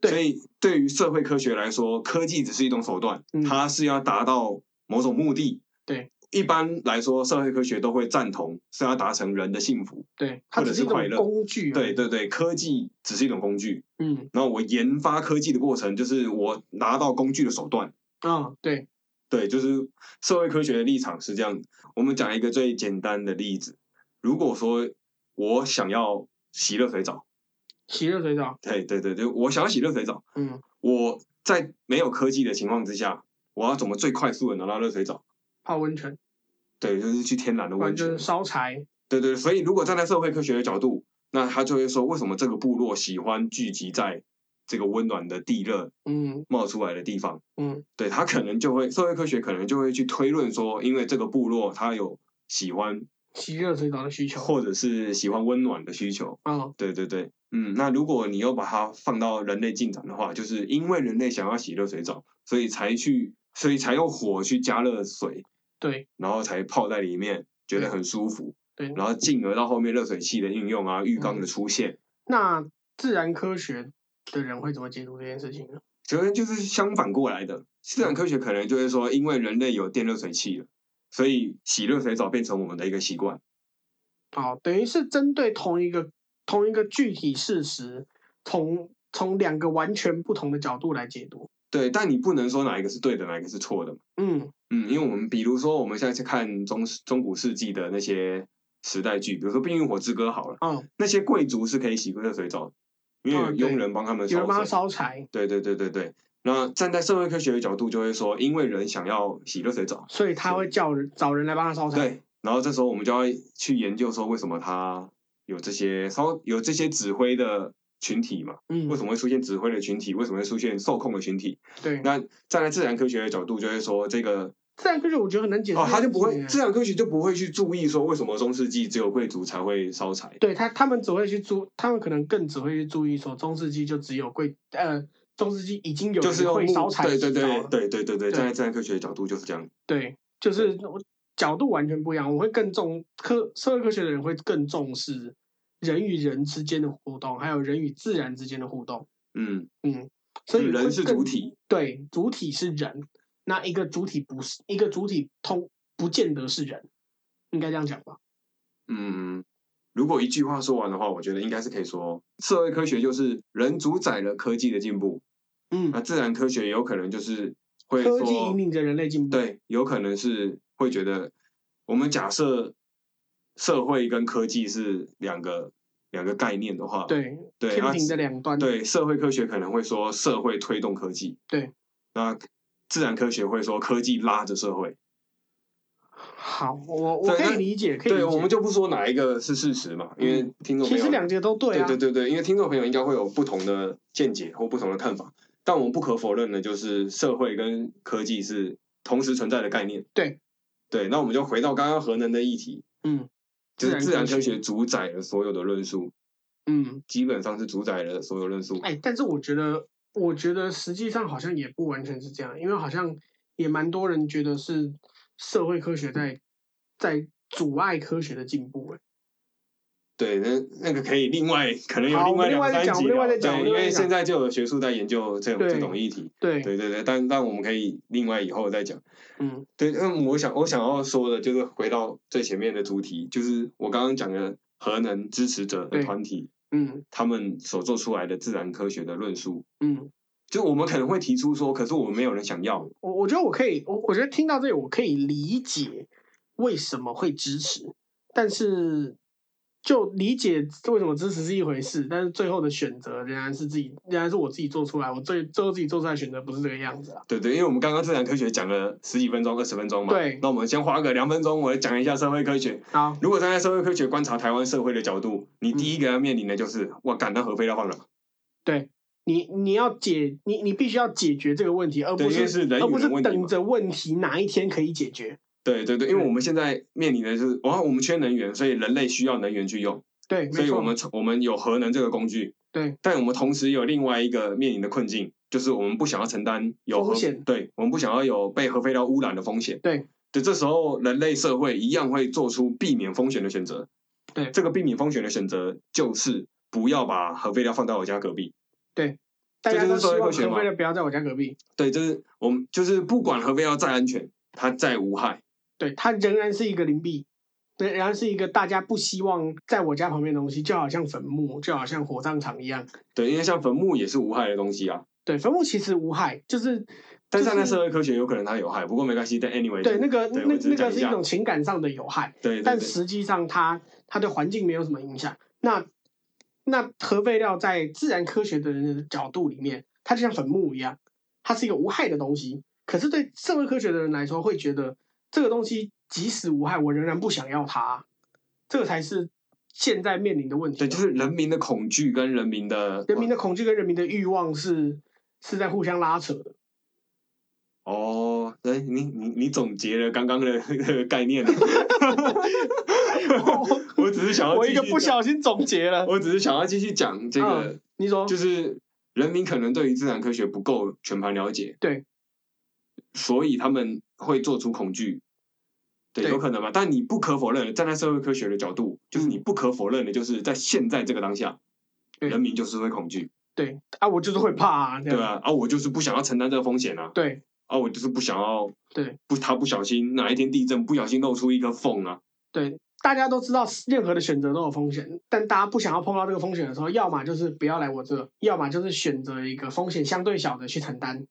Speaker 2: 对
Speaker 1: 所以对于社会科学来说，科技只是一种手段，
Speaker 2: 嗯
Speaker 1: 它是要达到某种目的。
Speaker 2: 对，
Speaker 1: 一般来说，社会科学都会赞同是要达成人的幸福。
Speaker 2: 对，它
Speaker 1: 或者
Speaker 2: 只一
Speaker 1: 是快
Speaker 2: 种
Speaker 1: 乐
Speaker 2: 工具，
Speaker 1: 对，对对，科技只是一种工具。
Speaker 2: 嗯
Speaker 1: 然后我研发科技的过程，就是我拿到工具的手段。
Speaker 2: 啊对，
Speaker 1: 对，就是社会科学的立场是这样。我们讲一个最简单的例子，如果说我想要洗热水澡，
Speaker 2: 洗热水澡，
Speaker 1: 对对对对，我想要洗热水澡，
Speaker 2: 嗯
Speaker 1: 我在没有科技的情况之下，我要怎么最快速的拿到热水澡？
Speaker 2: 泡温泉，
Speaker 1: 对，就是去天然的
Speaker 2: 不然
Speaker 1: 温
Speaker 2: 就
Speaker 1: 泉
Speaker 2: 是。烧柴，
Speaker 1: 对对，所以如果站在社会科学的角度，那他就会说，为什么这个部落喜欢聚集在这个温暖的地热
Speaker 2: 嗯
Speaker 1: 冒出来的地方？
Speaker 2: 嗯
Speaker 1: 对他可能就会社会科学可能就会去推论说，因为这个部落他有喜欢
Speaker 2: 洗热水澡的需求，
Speaker 1: 或者是喜欢温暖的需求。
Speaker 2: 嗯
Speaker 1: 对对对，嗯，那如果你又把它放到人类进展的话，就是因为人类想要洗热水澡，所以才去，所以才用火去加热水，
Speaker 2: 对
Speaker 1: 然后才泡在里面，觉得很舒服，
Speaker 2: 对，
Speaker 1: 然后进而到后面热水器的应用啊，浴缸的出现，
Speaker 2: 那自然科学的人会怎么解读这件事情呢？
Speaker 1: 可能就是相反过来的。自然科学可能就是说，因为人类有电热水器了，所以洗热水澡变成我们的一个习惯。
Speaker 2: 哦，等于是针对同一个同一个具体事实，从从两个完全不同的角度来解读。
Speaker 1: 对，但你不能说哪一个是对的，哪一个是错的嘛。
Speaker 2: 嗯
Speaker 1: 嗯，因为我们比如说我们现在去看中世中古世纪的那些时代剧，比如说《冰与火之歌》好了，
Speaker 2: 嗯，
Speaker 1: 那些贵族是可以洗热水澡的，因为有
Speaker 2: 嗯对
Speaker 1: 佣人帮他们
Speaker 2: 有人帮
Speaker 1: 烧水。
Speaker 2: 他烧柴，
Speaker 1: 对对对对对。那站在社会科学的角度，就会说，因为人想要洗热水澡，
Speaker 2: 所以他会叫人找人来帮他烧柴。
Speaker 1: 对，然后这时候我们就要去研究说，为什么他有这些稍有这些指挥的群体嘛？
Speaker 2: 嗯
Speaker 1: 为，什么会出现指挥的群体？为什么会出现受控的群体？
Speaker 2: 对。
Speaker 1: 那站在自然科学的角度，就会说这个
Speaker 2: 自然科学我觉得很难解释
Speaker 1: 哦，
Speaker 2: 这
Speaker 1: 他
Speaker 2: 件
Speaker 1: 就
Speaker 2: 事情耶。
Speaker 1: 不
Speaker 2: 啊
Speaker 1: 会，自然科学就不会去注意说为什么中世纪只有贵族才会烧柴。
Speaker 2: 对他，他们只会去注，他们可能更只会去注意说，中世纪就只有贵，呃，中世纪已经有
Speaker 1: 就是
Speaker 2: 人
Speaker 1: 用
Speaker 2: 会
Speaker 1: 木
Speaker 2: 烧柴
Speaker 1: 对
Speaker 2: 洗澡
Speaker 1: 对
Speaker 2: 了，
Speaker 1: 对对对对对，
Speaker 2: 对
Speaker 1: 站在自然科学的角度就是这样。
Speaker 2: 对，就是我角度完全不一样。我会更重科社会科学的人会更重视人与人之间的互动，还有人与自然之间的互动。
Speaker 1: 嗯，
Speaker 2: 嗯，所以
Speaker 1: 就人
Speaker 2: 会
Speaker 1: 是
Speaker 2: 更
Speaker 1: 主体，
Speaker 2: 对，主体是人，那一个主体不是一个主体通，不见得是人，应该这样讲吧？
Speaker 1: 嗯，如果一句话说完的话，我觉得应该是可以说，社会科学就是人主宰了科技的进步，
Speaker 2: 嗯
Speaker 1: 那，自然科学有可能就是会
Speaker 2: 科
Speaker 1: 啊
Speaker 2: 技
Speaker 1: 说
Speaker 2: 引领着人类进步。，
Speaker 1: 对，有可能是会觉得，我们假设社会跟科技是两个两个概念的话，
Speaker 2: 对，
Speaker 1: 对，
Speaker 2: 天
Speaker 1: 那
Speaker 2: 平的两端。
Speaker 1: 对，社会科学可能会说社会推动科技，
Speaker 2: 对，
Speaker 1: 那自然科学会说科技拉着社会，
Speaker 2: 好，我
Speaker 1: 对
Speaker 2: 我可
Speaker 1: 那
Speaker 2: 以理解，可以理
Speaker 1: 对，
Speaker 2: 解。
Speaker 1: 我们就不说哪一个是事实嘛，因为
Speaker 2: 嗯
Speaker 1: 听众朋
Speaker 2: 其
Speaker 1: 友
Speaker 2: 实两节都对
Speaker 1: 对
Speaker 2: 啊，
Speaker 1: 对对对，因为听众朋友应该会有不同的见解或不同的看法，但我们不可否认的就是社会跟科技是同时存在的概念，
Speaker 2: 对
Speaker 1: 对，那我们就回到刚刚核能的议题，
Speaker 2: 嗯
Speaker 1: 就是
Speaker 2: 自
Speaker 1: 自
Speaker 2: 然
Speaker 1: 然
Speaker 2: 科
Speaker 1: 科
Speaker 2: 学
Speaker 1: 学主宰了所有的论述，
Speaker 2: 嗯。
Speaker 1: 基本上是主宰了所有论述，
Speaker 2: 哎，但是我觉得，我觉得实际上好像也不完全是这样，因为好像也蛮多人觉得是社会科学在在阻碍科学的进步。哎，
Speaker 1: 对，那那个可以另外可能有
Speaker 2: 好
Speaker 1: 另外
Speaker 2: 我们另
Speaker 1: 两
Speaker 2: 外再
Speaker 1: 三
Speaker 2: 讲
Speaker 1: 集
Speaker 2: 我们另外
Speaker 1: 聊
Speaker 2: 再讲
Speaker 1: 对，
Speaker 2: 我们另
Speaker 1: 因
Speaker 2: 外再
Speaker 1: 为
Speaker 2: 讲
Speaker 1: 现在就有学术在研究这种
Speaker 2: 对
Speaker 1: 这种议题，
Speaker 2: 对，
Speaker 1: 对对对，但但我们可以另外以后再讲。
Speaker 2: 嗯
Speaker 1: 对，嗯，我想我想要说的就是回到最前面的主题，就是我刚刚讲的核能支持者的
Speaker 2: 对
Speaker 1: 团体，
Speaker 2: 嗯
Speaker 1: 他们所做出来的自然科学的论述，
Speaker 2: 嗯，
Speaker 1: 就我们可能会提出说，可是我们没有人想要。
Speaker 2: 我我觉得我可以，我我觉得听到这里我可以理解为什么会支持，但是就理解为什么支持是一回事，但是最后的选择仍然是自己，仍然是我自己做出来，我最最后自己做出来的选择不是这个样子啊。
Speaker 1: 对对，因为我们刚刚自然科学讲了十几分钟、二十分钟嘛。
Speaker 2: 对
Speaker 1: 那我们先花个两分钟，我讲一下社会科学。
Speaker 2: 好，
Speaker 1: 如果站在社会科学观察台湾社会的角度，你第一个要面临的就是，哇，感到核废料换了，
Speaker 2: 对你你要解你你必须要解决这个问题，而
Speaker 1: 对
Speaker 2: 不
Speaker 1: 因为是
Speaker 2: 是
Speaker 1: 人
Speaker 2: 而
Speaker 1: 与
Speaker 2: 不是
Speaker 1: 人问题
Speaker 2: 等
Speaker 1: 嘛。
Speaker 2: 着问题哪一天可以解决。
Speaker 1: 对对对，因为
Speaker 2: 对
Speaker 1: 我们现在面临的是，哇，我们缺能源，所以人类需要能源去用，
Speaker 2: 对，
Speaker 1: 所
Speaker 2: 没
Speaker 1: 以
Speaker 2: 错，
Speaker 1: 我们我们有核能这个工具，
Speaker 2: 对
Speaker 1: 但我们同时有另外一个面临的困境，就是我们不想要承担有核
Speaker 2: 风险
Speaker 1: 对我们不想要有被核废料污染的风险。
Speaker 2: 对
Speaker 1: 对，这时候人类社会一样会做出避免风险的选择。
Speaker 2: 对
Speaker 1: 这个避免风险的选择就是不要把核废料放到我家隔壁。
Speaker 2: 大家
Speaker 1: 这就
Speaker 2: 都
Speaker 1: 是
Speaker 2: 希
Speaker 1: 社会
Speaker 2: 望
Speaker 1: 科学
Speaker 2: 核
Speaker 1: 嘛
Speaker 2: 废料不要在我家隔壁，
Speaker 1: 对，就是我们就是不管核废料再安全，它再无害，
Speaker 2: 对，它仍然是一个灵璧，对，仍然是一个大家不希望在我家旁边的东西，就好像坟墓，就好像火葬场一样。
Speaker 1: 对，因为像坟墓也是无害的东西啊。
Speaker 2: 对，坟墓其实无害，就是，
Speaker 1: 但
Speaker 2: 就
Speaker 1: 站在
Speaker 2: 是
Speaker 1: 社会科学，有可能它有害，不过没关系。但 anyway，
Speaker 2: 对那个
Speaker 1: 对
Speaker 2: 那
Speaker 1: 我只是
Speaker 2: 那个
Speaker 1: 讲
Speaker 2: 是
Speaker 1: 一
Speaker 2: 一
Speaker 1: 下
Speaker 2: 种情感上的有害，
Speaker 1: 对对
Speaker 2: 但
Speaker 1: 对
Speaker 2: 实际上它它对环境没有什么影响。那那核废料在自然科学的人的角度里面，它就像坟墓一样，它是一个无害的东西。可是对社会科学的人来说，会觉得这个东西即使无害，我仍然不想要它，这个才是现在面临的问题吧。
Speaker 1: 对，就是人民的恐惧跟人民的
Speaker 2: 人民的恐惧跟人民的欲望是是在互相拉
Speaker 1: [LAUGHS]
Speaker 2: 扯的。
Speaker 1: 哦，哎，你你你总结了刚刚的 [LAUGHS] 概念。
Speaker 2: 我
Speaker 1: 我只是想要
Speaker 2: 我一个
Speaker 1: 继续
Speaker 2: 不
Speaker 1: 讲
Speaker 2: 嗯小心总结了，
Speaker 1: 我只是想要继续讲这个，
Speaker 2: 你
Speaker 1: [LAUGHS]
Speaker 2: 说
Speaker 1: 就是人民可能对于自然科学不够全盘了解，
Speaker 2: 对，
Speaker 1: 所以他们会做出恐惧，对，
Speaker 2: 对
Speaker 1: 有可能吧。但你不可否认的，站在社会科学的角度，就是你不可否认的，就是在现在这个当下，
Speaker 2: 嗯对
Speaker 1: 人民就是会恐惧，
Speaker 2: 对啊，我就是会怕、啊，这
Speaker 1: 对
Speaker 2: 样
Speaker 1: 啊，啊，我就是不想要承担这个风险啊，
Speaker 2: 对
Speaker 1: 啊，我就是不想要，
Speaker 2: 对
Speaker 1: 不，他不小心哪一天地震不小心露出一个缝啊，
Speaker 2: 对，大家都知道任何的选择都有风险，但大家不想要碰到这个风险的时候，要么就是不要来我这，要么就是选择一个风险相对小的去承担。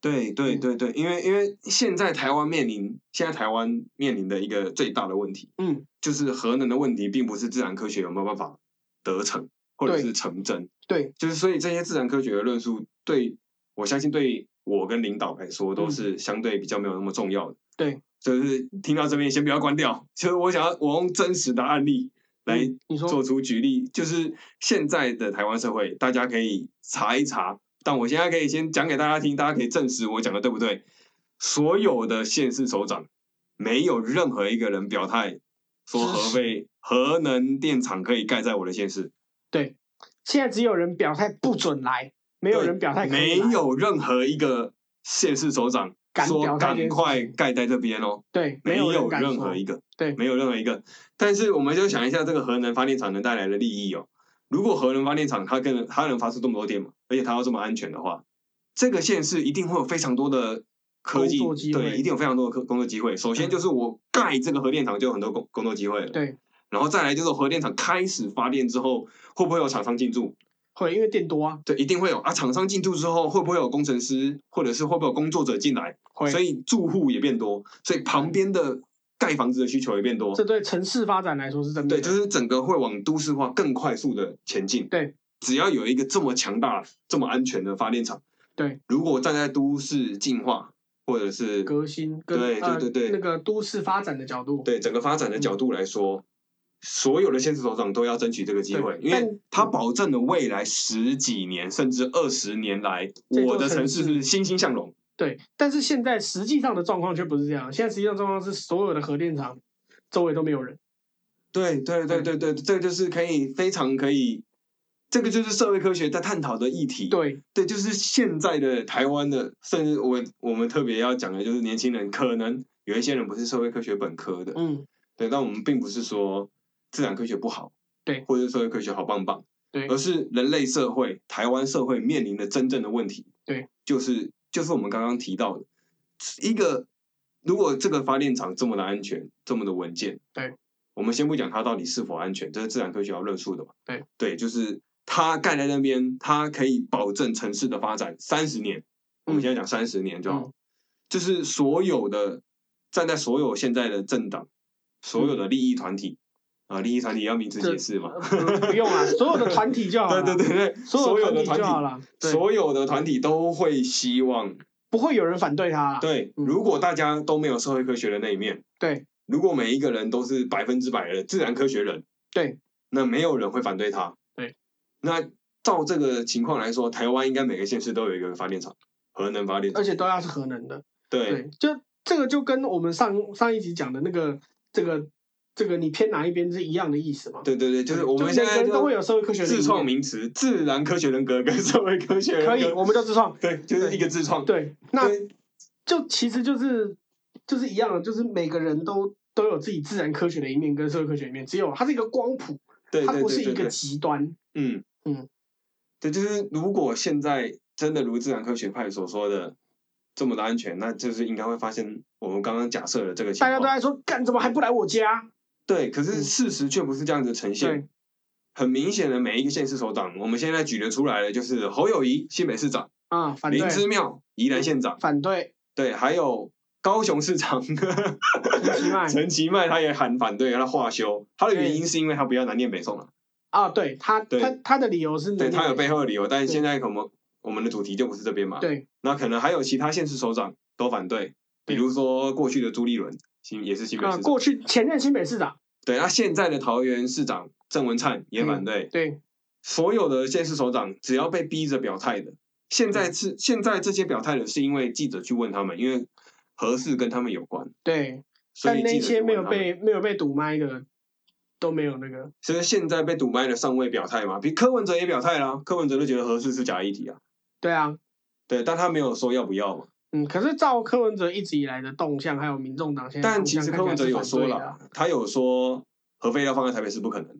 Speaker 1: 对对
Speaker 2: 嗯
Speaker 1: 对对，因为因为现在台湾面临现在台湾面临的一个最大的问题，
Speaker 2: 嗯，
Speaker 1: 就是核能的问题，并不是自然科学有没有办法得逞或者
Speaker 2: 对
Speaker 1: 是成真，
Speaker 2: 对
Speaker 1: 就是所以这些自然科学的论述，对我相信对我跟领导来说都
Speaker 2: 嗯
Speaker 1: 是相对比较没有那么重要的。
Speaker 2: 对，
Speaker 1: 就是听到这边先不要关掉，就是我想要我用真实的案例来
Speaker 2: 嗯你说
Speaker 1: 做出举例，就是现在的台湾社会，大家可以查一查。但我现在可以先讲给大家听，大家可以证实我讲的对不对。所有的县市首长没有任何一个人表态说
Speaker 2: 支
Speaker 1: 核
Speaker 2: 持
Speaker 1: 废核能电厂可以盖在我的县市，
Speaker 2: 对，现在只有人表态不准来，没有
Speaker 1: 对
Speaker 2: 人表态可以
Speaker 1: 没
Speaker 2: 来
Speaker 1: 有任何一个县市首长
Speaker 2: 敢
Speaker 1: 说
Speaker 2: 表态这
Speaker 1: 赶
Speaker 2: 件事
Speaker 1: 快
Speaker 2: 情
Speaker 1: 盖在这边哦，
Speaker 2: 对，
Speaker 1: 没
Speaker 2: 有人
Speaker 1: 有
Speaker 2: 敢
Speaker 1: 任
Speaker 2: 说
Speaker 1: 何一个，
Speaker 2: 对
Speaker 1: 没有任何一个。但是我们就想一下，这个核能发电厂能带来的利益哦。如果核能发电厂它更它能发出这么多电嘛，而且它要这么安全的话，这个县市一定会有非常多的科技
Speaker 2: 工作机会
Speaker 1: 对，一定有非常多的科工作机会。首先
Speaker 2: 嗯
Speaker 1: 就是我盖这个核电厂就有很多工工作机会了，
Speaker 2: 对
Speaker 1: 然后再来就是核电厂开始发电之后，会不会有厂商进驻？
Speaker 2: 会，因为电多啊，
Speaker 1: 对，一定会有啊。厂商进驻之后，会不会有工程师，或者是会不会有工作者进来？
Speaker 2: 会，
Speaker 1: 所以住户也变多，所以旁边的盖房子的需求也变多
Speaker 2: 这。对城市发展来说是真的。
Speaker 1: 对，就是整个会往都市化更快速的前进。
Speaker 2: 对，
Speaker 1: 只要有一个这么强大、这么安全的发电厂，
Speaker 2: 对，
Speaker 1: 如果站在都市进化或者是
Speaker 2: 革新跟
Speaker 1: 对对
Speaker 2: 呃
Speaker 1: 对对
Speaker 2: 那个都市发展的角度，
Speaker 1: 对整个发
Speaker 2: 嗯
Speaker 1: 展的角度来说，所有的县市首长都要争取这个机会，
Speaker 2: 对
Speaker 1: 因
Speaker 2: 但嗯
Speaker 1: 为它保证了未来十几年甚至二十年来，
Speaker 2: 这座
Speaker 1: 我的城市
Speaker 2: 城市
Speaker 1: 是欣欣向荣。
Speaker 2: 对，但是现在实际上的状况却不是这样。现在实际上状况是，所有的核电厂周围都没有人。
Speaker 1: 对对对对对，这个就是可以非常可以，这个就是社会科学在探讨的议题。
Speaker 2: 对
Speaker 1: 对，就是现在的台湾的，甚至我我们特别要讲的就是年轻人，可能有一些人不是社会科学本科的，
Speaker 2: 嗯，
Speaker 1: 对，但我们并不是说自然科学不好，
Speaker 2: 对
Speaker 1: 或者是社会科学好棒棒，
Speaker 2: 对
Speaker 1: 而是人类社会、台湾社会面临的真正的问题，
Speaker 2: 对，
Speaker 1: 就是就是我们刚刚提到的，一个如果这个发电厂这么的安全，这么的稳健，
Speaker 2: 对，
Speaker 1: 我们先不讲它到底是否安全，这是自然科学要论述的嘛，
Speaker 2: 对
Speaker 1: 对，就是它盖在那边，它可以保证城市的发展三十年。我们现在讲三十年就好，
Speaker 2: 嗯
Speaker 1: 就是所有的站在所有现在的政党、所
Speaker 2: 嗯
Speaker 1: 有的利益团体啊、利益团体要名词解释嘛？
Speaker 2: 呃不不用啊，所有的团体就好
Speaker 1: 对对
Speaker 2: 了，
Speaker 1: 对对，
Speaker 2: 啊 [LAUGHS] 所
Speaker 1: 所
Speaker 2: 有
Speaker 1: 有
Speaker 2: 的
Speaker 1: 的
Speaker 2: 团体就好
Speaker 1: 团
Speaker 2: 了，
Speaker 1: 体，
Speaker 2: 对，
Speaker 1: 所有的团体都会希望，
Speaker 2: 不会有人反对他啦，
Speaker 1: 对，
Speaker 2: 嗯
Speaker 1: 如果大家都没有社会科学的那一面，
Speaker 2: 对
Speaker 1: 如果每一个人都是百分之百的自然科学人。
Speaker 2: 对，
Speaker 1: 那没有人会反对他。
Speaker 2: 对，
Speaker 1: 那照这个情况来说，台湾应该每个县市都有一个发电厂，核能发电
Speaker 2: 而
Speaker 1: 厂。
Speaker 2: 且都要是核能的，
Speaker 1: 对，
Speaker 2: 呃对，就这个就跟我们上上一集讲的那个这个这个你偏哪一边是一样的意思嘛，
Speaker 1: 对对对，就是我们
Speaker 2: 就
Speaker 1: 现
Speaker 2: 每个
Speaker 1: 在
Speaker 2: 人
Speaker 1: 就
Speaker 2: 都会有社会科学的理
Speaker 1: 自
Speaker 2: 念
Speaker 1: 创名词，自然科学人格跟社会科学人格。
Speaker 2: 可以，我们就自创，
Speaker 1: 对，就是一个自创。
Speaker 2: 对，那
Speaker 1: 对
Speaker 2: 就其实就是就是一样的，就是每个人都都有自己自然科学的一面跟社会科学的一面，只有它是一个光谱，
Speaker 1: 对
Speaker 2: 它
Speaker 1: 对
Speaker 2: 不是一
Speaker 1: 对对
Speaker 2: 个
Speaker 1: 对，
Speaker 2: 极端，
Speaker 1: 嗯
Speaker 2: 嗯，
Speaker 1: 对，就是如果现在真的如自然科学派所说的这么的安全，那就是应该会发现我们刚刚假设的这个情
Speaker 2: 大
Speaker 1: 况。
Speaker 2: 家都在说干怎么还不来我家？
Speaker 1: 对，可是
Speaker 2: 嗯
Speaker 1: 事实却不是这样子呈现。
Speaker 2: 对
Speaker 1: 很明显的，每一个县市首长，我们现在举得出来的就是侯友谊新北市长、
Speaker 2: 啊，反
Speaker 1: 林
Speaker 2: 对，嗯
Speaker 1: 之妙宜兰县长，
Speaker 2: 反对，
Speaker 1: 对，还有高雄市长
Speaker 2: 其
Speaker 1: [LAUGHS]
Speaker 2: 迈
Speaker 1: 陈其迈，他也喊反对，他话休，他的原因是因为他不要南念北宋了，
Speaker 2: 啊，对他
Speaker 1: 对
Speaker 2: 他他的理由是
Speaker 1: 对他有背
Speaker 2: 被
Speaker 1: 后的理由，但是
Speaker 2: 对
Speaker 1: 现在我们我们的主题就不是这边嘛，
Speaker 2: 对
Speaker 1: 那可能还有其他县市首长都反对，比
Speaker 2: 对
Speaker 1: 如说过去的朱立伦，新也是新北
Speaker 2: 嗯啊，
Speaker 1: 市长，
Speaker 2: 过去前任新北市长
Speaker 1: 对，那现在的桃园市长郑文灿也
Speaker 2: 嗯
Speaker 1: 反对，
Speaker 2: 对
Speaker 1: 所有的县市首长只要被逼着表态的，现
Speaker 2: 嗯
Speaker 1: 在是现在这些表态的是因为记者去问他们，因为何事跟他们有关，
Speaker 2: 对，
Speaker 1: 所
Speaker 2: 但
Speaker 1: 以
Speaker 2: 那
Speaker 1: 记者去
Speaker 2: 些没有
Speaker 1: 问他们。
Speaker 2: 被没有被堵麦的都没有那个，
Speaker 1: 所以现在被堵麦的尚未表态嘛，比柯文哲也表态啦，柯文哲就觉得何事是假议题啊，
Speaker 2: 对啊，
Speaker 1: 对，但他没有说要不要嘛。
Speaker 2: 嗯，可是照柯文哲一直以来的动向，还有民众党现在的
Speaker 1: 但
Speaker 2: 动
Speaker 1: 其
Speaker 2: 向，
Speaker 1: 实
Speaker 2: 嗯
Speaker 1: 柯
Speaker 2: 看起来
Speaker 1: 文哲
Speaker 2: 是
Speaker 1: 有
Speaker 2: 反
Speaker 1: 说
Speaker 2: 对的
Speaker 1: 了
Speaker 2: 啊，，
Speaker 1: 他有说核废料放在台北是不可能，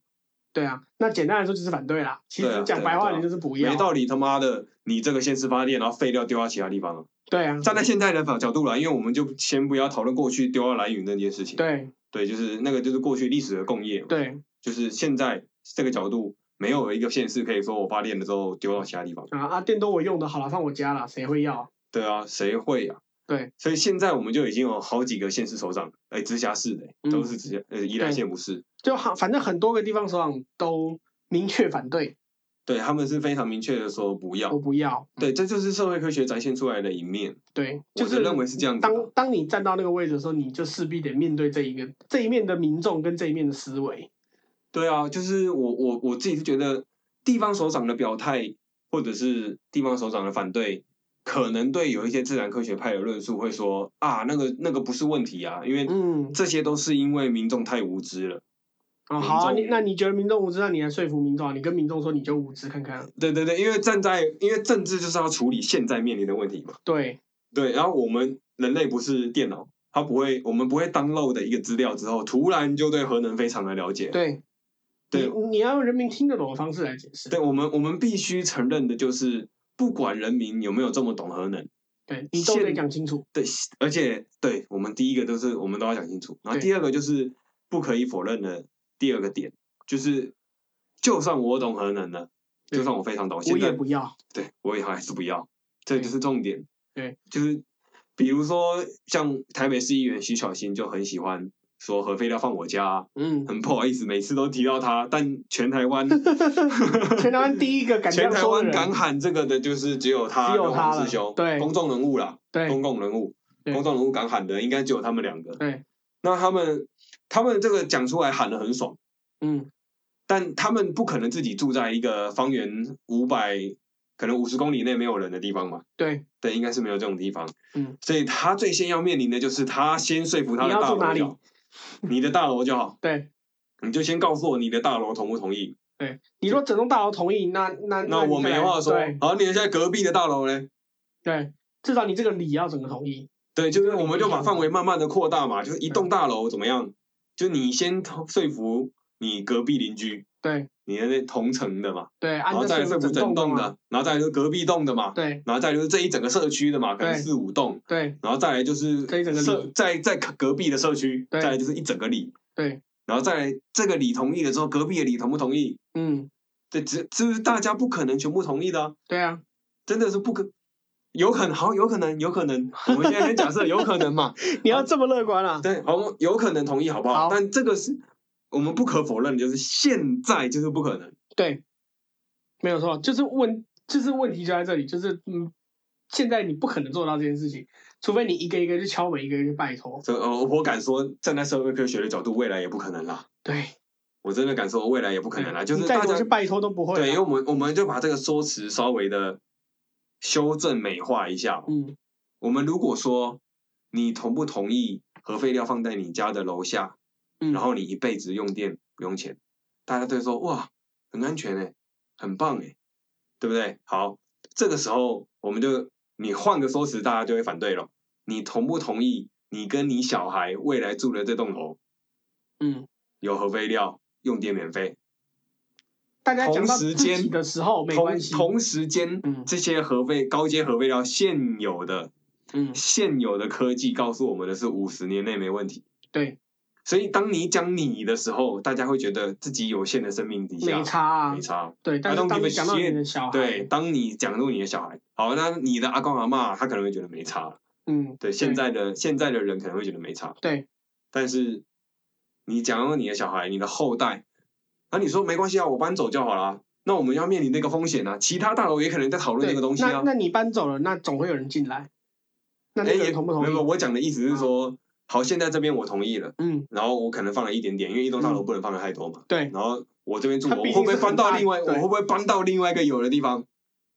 Speaker 2: 对啊，那简单来说就是反对啦。其
Speaker 1: 对啊
Speaker 2: 实讲
Speaker 1: 对啊
Speaker 2: 白话
Speaker 1: 对啊
Speaker 2: 点就是不要
Speaker 1: 没，道理他妈的你这个先是发电，然后废料丢到其他地方啊。
Speaker 2: 对啊，
Speaker 1: 站在现在的角度来，因为我们就先不要讨论过去丢到蓝云那件事情，
Speaker 2: 对
Speaker 1: 对，就是那个就是过去历史的共业嘛，
Speaker 2: 对
Speaker 1: 就是现在这个角度，没有一个县市可以说我发电了之后丢到其他地方。
Speaker 2: 啊啊，电都我用的好了，放我家了，谁会要啊？
Speaker 1: 对啊，谁会啊？
Speaker 2: 对，
Speaker 1: 所以现在我们就已经有好几个县市首长，哎，直辖市的
Speaker 2: 嗯
Speaker 1: 都是直辖，呃，宜兰县不是，
Speaker 2: 就好，反正很多个地方首长都明确反对，
Speaker 1: 对，他们是非常明确的说不
Speaker 2: 我
Speaker 1: 要。
Speaker 2: 不要。
Speaker 1: 对，这就是社会科学展现出来的一面，
Speaker 2: 对，
Speaker 1: 我
Speaker 2: 就是
Speaker 1: 认为是这样子
Speaker 2: 当
Speaker 1: 的。
Speaker 2: 当你站到那个位置的时候，你就势必得面对这一个这一面的民众跟这一面的思维。
Speaker 1: 对啊，就是我我我自己是觉得地方首长的表态，或者是地方首长的反对。可能对有一些自然科学派的论述会说啊，那个那个不是问题啊，因为
Speaker 2: 嗯，
Speaker 1: 这些都是因为民众太无知了。
Speaker 2: 哦，
Speaker 1: 民
Speaker 2: 好啊，
Speaker 1: 众
Speaker 2: 你那你觉得民众无知，那你来说服民众啊？你跟民众说你就无知看看啊。
Speaker 1: 对对对，因为站在因为政治就是要处理现在面临的问题嘛。
Speaker 2: 对
Speaker 1: 对，然后我们人类不是电脑，它不会，我们不会 download 的一个资料之后，突然就对核能非常的了解。
Speaker 2: 对，
Speaker 1: 对
Speaker 2: 你你要用人民听得懂的方式来解释。
Speaker 1: 对，我们我们必须承认的就是，不管人民有没有这么懂核能，
Speaker 2: 对，你都得
Speaker 1: 现
Speaker 2: 讲清楚。
Speaker 1: 对，而且对我们第一个都是我们都要讲清楚，然后
Speaker 2: 对
Speaker 1: 第二个就是不可以否认的第二个点，就是就算我懂核能了，
Speaker 2: 对
Speaker 1: 就算我非常懂，
Speaker 2: 我
Speaker 1: 现
Speaker 2: 也
Speaker 1: 在
Speaker 2: 不要。
Speaker 1: 对我也还是不要，这
Speaker 2: 对
Speaker 1: 就是重点。
Speaker 2: 对，
Speaker 1: 就是比如说像台北市议员徐巧芯就很喜欢说核废料放我家啊、 [LAUGHS]
Speaker 2: 嗯，
Speaker 1: 很不好意思，每次都提到他，但全台
Speaker 2: [LAUGHS]
Speaker 1: 湾
Speaker 2: 全台湾第一个敢这
Speaker 1: 全
Speaker 2: 样
Speaker 1: 台
Speaker 2: 说的
Speaker 1: 湾敢
Speaker 2: 人，
Speaker 1: 喊这个的，就是只有他
Speaker 2: 只有
Speaker 1: 跟
Speaker 2: 他
Speaker 1: 黄
Speaker 2: 了
Speaker 1: 世修，
Speaker 2: 对
Speaker 1: 公众人物啦，公
Speaker 2: 对
Speaker 1: 共人物，
Speaker 2: 对
Speaker 1: 公众人物敢喊的，应该只有他们两个。
Speaker 2: 对，
Speaker 1: 那他们他们这个讲出来喊的很爽，
Speaker 2: 嗯，
Speaker 1: 但他们不可能自己住在一个方圆五百，可能五十公里内没有人的地方嘛。
Speaker 2: 对，
Speaker 1: 对，应该是没有这种地方。
Speaker 2: 嗯，
Speaker 1: 所以他最先要面临的就是他先说服他
Speaker 2: 你
Speaker 1: 的
Speaker 2: 要
Speaker 1: 大
Speaker 2: 住哪
Speaker 1: 楼
Speaker 2: 里
Speaker 1: 就好，你的大楼就好，
Speaker 2: 对
Speaker 1: 你就先告诉我你的大楼同不同意。
Speaker 2: 对。你说整栋大楼同意，那 [LAUGHS] 那
Speaker 1: 那我
Speaker 2: 你再
Speaker 1: 没
Speaker 2: 来
Speaker 1: 话说
Speaker 2: 对。
Speaker 1: 好，你现在隔壁的大楼嘞？
Speaker 2: 对，至少你这个理要整个同意。
Speaker 1: 对，就是我们就把范围慢慢的扩大嘛，就是一栋大楼怎么样？就你先说服你隔壁邻居，
Speaker 2: 对
Speaker 1: 你的那同层的嘛，
Speaker 2: 对，按
Speaker 1: 然后
Speaker 2: 照
Speaker 1: 再来说服整栋
Speaker 2: 栋啊
Speaker 1: 的，然后再来就是隔壁栋的嘛，
Speaker 2: 对
Speaker 1: 然后再来就是这一整个社区的嘛，可能
Speaker 2: 对
Speaker 1: 四五栋，
Speaker 2: 对
Speaker 1: 然后再来就是
Speaker 2: 这一整个里
Speaker 1: 社在在隔壁的社区，
Speaker 2: 对
Speaker 1: 再来就是一整个里，
Speaker 2: 对，
Speaker 1: 然后再来这个里同意了之后，隔壁的里同不同意？
Speaker 2: 嗯，
Speaker 1: 这只这是大家不可能全部同意的、啊，
Speaker 2: 对啊，
Speaker 1: 真的是不可，有可能好，有可能，有可能，我们现在先假设有可能嘛， [LAUGHS]
Speaker 2: 你要这么乐观啊？
Speaker 1: 对，好，有可能同意，好不好？
Speaker 2: 好
Speaker 1: 但这个是我们不可否认的，就是现在就是不可能。
Speaker 2: 对，没有错，就是问，就是问题就在这里，就是嗯，现在你不可能做到这件事情，除非你一个一个去敲门，一个一个去拜托。
Speaker 1: 这呃，我敢说，站在社会科学的角度，未来也不可能啦。
Speaker 2: 对，
Speaker 1: 我真的敢说，未来也不可能啦。
Speaker 2: 对
Speaker 1: 就是
Speaker 2: 嗯你再
Speaker 1: 大
Speaker 2: 怎么
Speaker 1: 家
Speaker 2: 去拜托都不会啊。
Speaker 1: 对，因为我们我们就把这个说辞稍微的修正美化一下。
Speaker 2: 嗯，
Speaker 1: 我们如果说你同不同意核废料放在你家的楼下，
Speaker 2: 嗯
Speaker 1: 然后你一辈子用电不用钱，大家都会说哇，很安全哎、很棒哎、对不对？好，这个时候我们就你换个说辞，大家就会反对了。你同不同意你跟你小孩未来住的这栋楼
Speaker 2: 嗯，
Speaker 1: 有核废料，用电免费？
Speaker 2: 大家讲
Speaker 1: 同
Speaker 2: 到自
Speaker 1: 时间
Speaker 2: 己的时候哦没关系。
Speaker 1: 同同时间，
Speaker 2: 嗯
Speaker 1: 这些核废高阶核废料现有的
Speaker 2: 嗯，
Speaker 1: 现有的科技告诉我们的是五十年内没问题。
Speaker 2: 对，
Speaker 1: 所以当你讲你的时候，大家会觉得自己有限的生命底下
Speaker 2: 没差啊
Speaker 1: 没。差。
Speaker 2: 对，但是
Speaker 1: I don't
Speaker 2: 当
Speaker 1: give a
Speaker 2: 你讲到你的小孩，
Speaker 1: 对，，当你讲入你的小孩，好，那你的阿公阿嬷他可能会觉得没差。
Speaker 2: 嗯，
Speaker 1: 对，现在的现在的人可能会觉得没差，
Speaker 2: 对，
Speaker 1: 但是你讲入你的小孩，你的后代，那、你说没关系啊，我搬走就好啦。那我们要面临那个风险啊，其他大楼也可能在讨论
Speaker 2: 对
Speaker 1: 这个东西啊。
Speaker 2: 那那你搬走了，那总会有人进来。那
Speaker 1: 哎
Speaker 2: 那个
Speaker 1: 也
Speaker 2: 人同不同
Speaker 1: 没有，没有
Speaker 2: 意？
Speaker 1: 我讲的意思是说，好，现在这边我同意了，
Speaker 2: 嗯，
Speaker 1: 然后我可能放了一点点，因为一栋大楼不能放的太多嘛。
Speaker 2: 对，
Speaker 1: 然后我这边住，
Speaker 2: 它
Speaker 1: 我
Speaker 2: 毕
Speaker 1: 会
Speaker 2: 竟
Speaker 1: 不会
Speaker 2: 是很
Speaker 1: 搬到
Speaker 2: 大
Speaker 1: 另外？我
Speaker 2: 对
Speaker 1: 会不会搬到另外一个有的地方？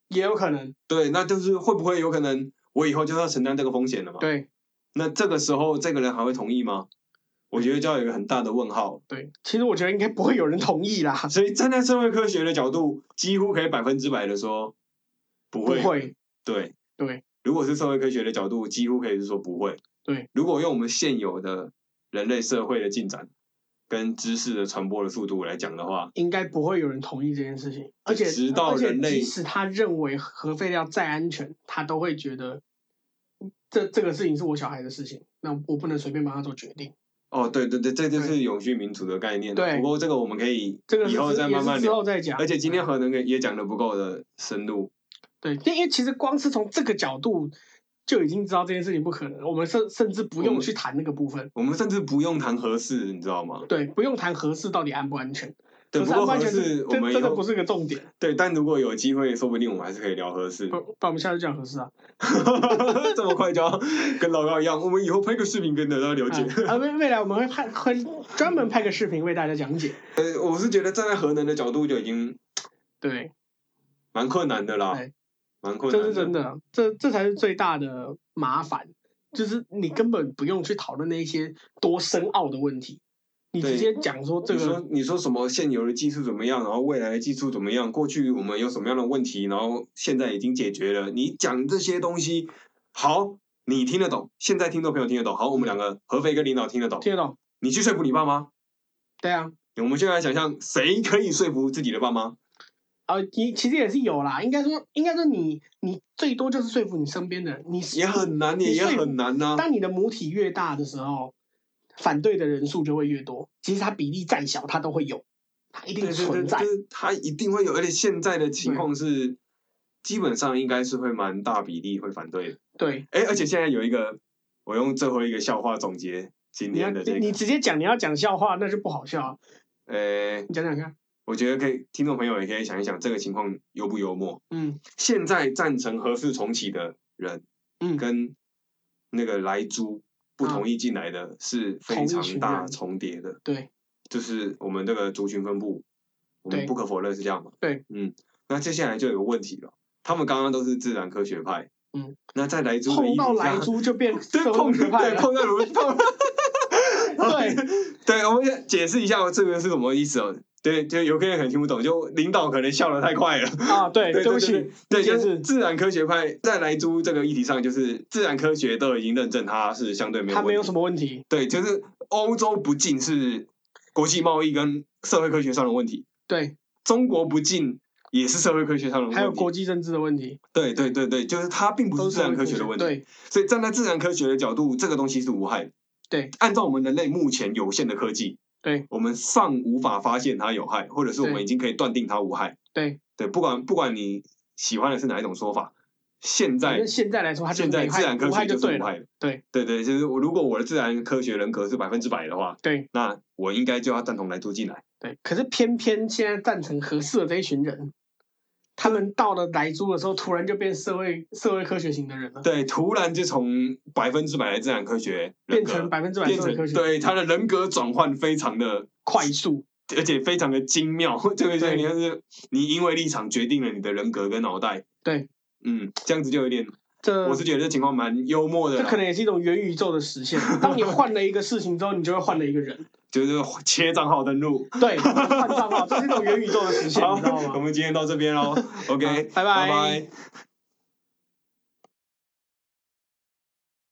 Speaker 2: 也有可能。
Speaker 1: 对，那就是会不会有可能我以后就要承担这个风险了嘛？
Speaker 2: 对
Speaker 1: 那这个时候这个人还会同意吗？我觉得就要有一个很大的问号。
Speaker 2: 对，其实我觉得应该不会有人同意啦。
Speaker 1: 所以站在社会科学的角度，几乎可以百分之百的说不
Speaker 2: 不
Speaker 1: 会。
Speaker 2: 会，
Speaker 1: 对
Speaker 2: 对。
Speaker 1: 如果是社会科学的角度，几乎可以是说不会。
Speaker 2: 对。
Speaker 1: 如果用我们现有的人类社会的进展跟知识的传播的速度来讲的话，
Speaker 2: 应该不会有人同意这件事情，而且
Speaker 1: 直到
Speaker 2: 而且
Speaker 1: 人类
Speaker 2: 即使他认为核废料再安全，他都会觉得这这个事情是我小孩的事情，那我不能随便帮他做决定。
Speaker 1: 哦，对对对，这就是
Speaker 2: 对
Speaker 1: 永续民主的概念。
Speaker 2: 对
Speaker 1: 不过这个我们可以
Speaker 2: 这个是
Speaker 1: 以后
Speaker 2: 之
Speaker 1: 再
Speaker 2: 也
Speaker 1: 慢
Speaker 2: 是
Speaker 1: 慢
Speaker 2: 之
Speaker 1: 聊
Speaker 2: 后。再讲。嗯
Speaker 1: 而且今天核能也讲的不够的深入。
Speaker 2: 对，因因为其实光是从这个角度就已经知道这件事情不可能，我们甚甚至不
Speaker 1: 我
Speaker 2: 用
Speaker 1: 们
Speaker 2: 去谈那个部分。
Speaker 1: 我们甚至不用谈合适，你知道吗？
Speaker 2: 对，不用谈核适到底安不安全，
Speaker 1: 对，
Speaker 2: 核
Speaker 1: 不
Speaker 2: 适
Speaker 1: 过
Speaker 2: 安不安
Speaker 1: 合
Speaker 2: 全
Speaker 1: 适
Speaker 2: 是
Speaker 1: 我们
Speaker 2: 真
Speaker 1: 以
Speaker 2: 真的
Speaker 1: 后
Speaker 2: 不是个重点。
Speaker 1: 对，但如果有机会，说不定我们还是可以聊合适。
Speaker 2: 不，不然我们下次讲核适啊。
Speaker 1: [LAUGHS] 这么快就要跟老高一样，我们以后拍个视频跟大家了解。
Speaker 2: 啊，啊未未来我们会拍会专门拍个视频为大家讲解。
Speaker 1: 呃， [LAUGHS] 我是觉得站在核能的角度就已经
Speaker 2: 对。
Speaker 1: 蛮困难的啦
Speaker 2: 对，
Speaker 1: 蛮困难
Speaker 2: 哎
Speaker 1: 的。
Speaker 2: 这是真的，这这才是最大的麻烦，就是你根本不用去讨论那些多深奥的问题，你
Speaker 1: 对
Speaker 2: 直接讲说这
Speaker 1: 你
Speaker 2: 个
Speaker 1: 说你说什么现有的技术怎么样，然后未来的技术怎么样？过去我们有什么样的问题，然后现在已经解决了。你讲这些东西，好，你听得懂，现在听众朋友听得懂，好，我们两个合肥跟领导听得懂。
Speaker 2: 听得懂？
Speaker 1: 你去说服你爸妈，
Speaker 2: 对啊，
Speaker 1: 我们现在想象谁可以说服自己的爸妈？
Speaker 2: 呃，你其实也是有啦，应该说应该说你你最多就是说服你身边的人，你
Speaker 1: 也很难，也
Speaker 2: 你
Speaker 1: 也
Speaker 2: 说服
Speaker 1: 很难啊呐、
Speaker 2: 当你的母体越大的时候，反对的人数就会越多，即使它比例再小，它都会有，它一定
Speaker 1: 对对对，
Speaker 2: 存在
Speaker 1: 就。是它一定会有，而且现在的情况是，基本上应该是会蛮大比例会反对的。
Speaker 2: 对，
Speaker 1: 哎，而且现在有一个，我用最后一个笑话总结今
Speaker 2: 你要
Speaker 1: 天的这
Speaker 2: 你
Speaker 1: 个，
Speaker 2: 直接讲你要讲笑话，那就不好笑啊，
Speaker 1: 呃，
Speaker 2: 你讲讲看，
Speaker 1: 我觉得可以，听众朋友也可以想一想这个情况幽不幽默。
Speaker 2: 嗯
Speaker 1: 现在赞成核四重启的人
Speaker 2: 嗯，啊
Speaker 1: 跟那个莱猪不同意进来的是非
Speaker 2: 同一
Speaker 1: 常
Speaker 2: 群
Speaker 1: 大
Speaker 2: 人
Speaker 1: 重叠的。
Speaker 2: 对
Speaker 1: 就是我们这个族群分布，我们
Speaker 2: 对
Speaker 1: 不可否认是这样嘛。
Speaker 2: 对，
Speaker 1: 嗯，那接下来就有问题了。他们刚刚都是自然科学派，
Speaker 2: 嗯，
Speaker 1: 那在莱猪的
Speaker 2: 碰
Speaker 1: 意
Speaker 2: 到
Speaker 1: 义下啊
Speaker 2: 莱，猪就变
Speaker 1: [LAUGHS] 对
Speaker 2: 社
Speaker 1: 碰
Speaker 2: 会学派
Speaker 1: 对
Speaker 2: 了。
Speaker 1: 碰到我
Speaker 2: [LAUGHS]
Speaker 1: 们碰，
Speaker 2: 对
Speaker 1: 对，我们先解释一下这个是什么意思哦。对，就有些人可能听不懂，就领导可能笑的太快了。
Speaker 2: 啊，对，
Speaker 1: 对
Speaker 2: 对
Speaker 1: 对
Speaker 2: 不起，
Speaker 1: 对，
Speaker 2: 解
Speaker 1: 就
Speaker 2: 释
Speaker 1: 是自然科学派在莱猪这个议题上，就是自然科学都已经认证它是相对没有
Speaker 2: 他
Speaker 1: 问
Speaker 2: 没有
Speaker 1: 题
Speaker 2: 什么问题。
Speaker 1: 对，就是欧洲不进是国际贸易跟社会科学上的问题，
Speaker 2: 对，
Speaker 1: 中国不进也是社会科学上的问题。
Speaker 2: 还有国际政治的问题，
Speaker 1: 对对对对，就是它并不
Speaker 2: 都
Speaker 1: 是
Speaker 2: 是
Speaker 1: 自然科学的
Speaker 2: 社会
Speaker 1: 问
Speaker 2: 科
Speaker 1: 题。
Speaker 2: 学。
Speaker 1: 所以站在自然科学的角度，这个东西是无害的。
Speaker 2: 对
Speaker 1: 按照我们人类目前有限的科技，
Speaker 2: 对对
Speaker 1: 我们尚无法发现它有害，或者是我们
Speaker 2: 对
Speaker 1: 已经可以断定它无害。
Speaker 2: 对，
Speaker 1: 对，不管不管你喜欢的是哪一种说法，现
Speaker 2: 反
Speaker 1: 在
Speaker 2: 正现在来说，它就
Speaker 1: 现
Speaker 2: 是
Speaker 1: 在
Speaker 2: 没害
Speaker 1: 自然科
Speaker 2: 无害
Speaker 1: 学
Speaker 2: 就
Speaker 1: 就是
Speaker 2: 对
Speaker 1: 无
Speaker 2: 了。
Speaker 1: 害的。
Speaker 2: 对
Speaker 1: 对对，就是我如果我的自然科学人格是百分之百的话，
Speaker 2: 对
Speaker 1: 那我应该就要赞同来做进来。
Speaker 2: 对，可是偏偏现在赞成合适的这一群人，他们到了莱猪的时候，突然就变社会社会科学型的人了，
Speaker 1: 对，突然就从百分之百的自然科学人
Speaker 2: 变
Speaker 1: 格
Speaker 2: 成百分之百
Speaker 1: 变
Speaker 2: 社会科
Speaker 1: 成
Speaker 2: 学，
Speaker 1: 对他的人格转换非常的
Speaker 2: 快速。
Speaker 1: 而且非常的精妙， [LAUGHS] 这个就是
Speaker 2: 对
Speaker 1: 你看是你因为立场决定了你的人格跟脑袋。
Speaker 2: 对，
Speaker 1: 嗯，这样子就有点，
Speaker 2: 这
Speaker 1: 我是觉得这情况蛮幽默的
Speaker 2: 这
Speaker 1: 啦，
Speaker 2: 可能也是一种元宇宙的实现。当你换了一个事情之后，你就会换了一个人。
Speaker 1: 就是切账号登录。
Speaker 2: [LAUGHS] 对，换账号，这是一种元宇宙的实现，
Speaker 1: 好
Speaker 2: 你知道，
Speaker 1: 我
Speaker 2: 吗？ [LAUGHS]
Speaker 1: 们今天到这边喽，OK，
Speaker 2: 好
Speaker 1: 拜
Speaker 2: 拜拜
Speaker 1: 拜。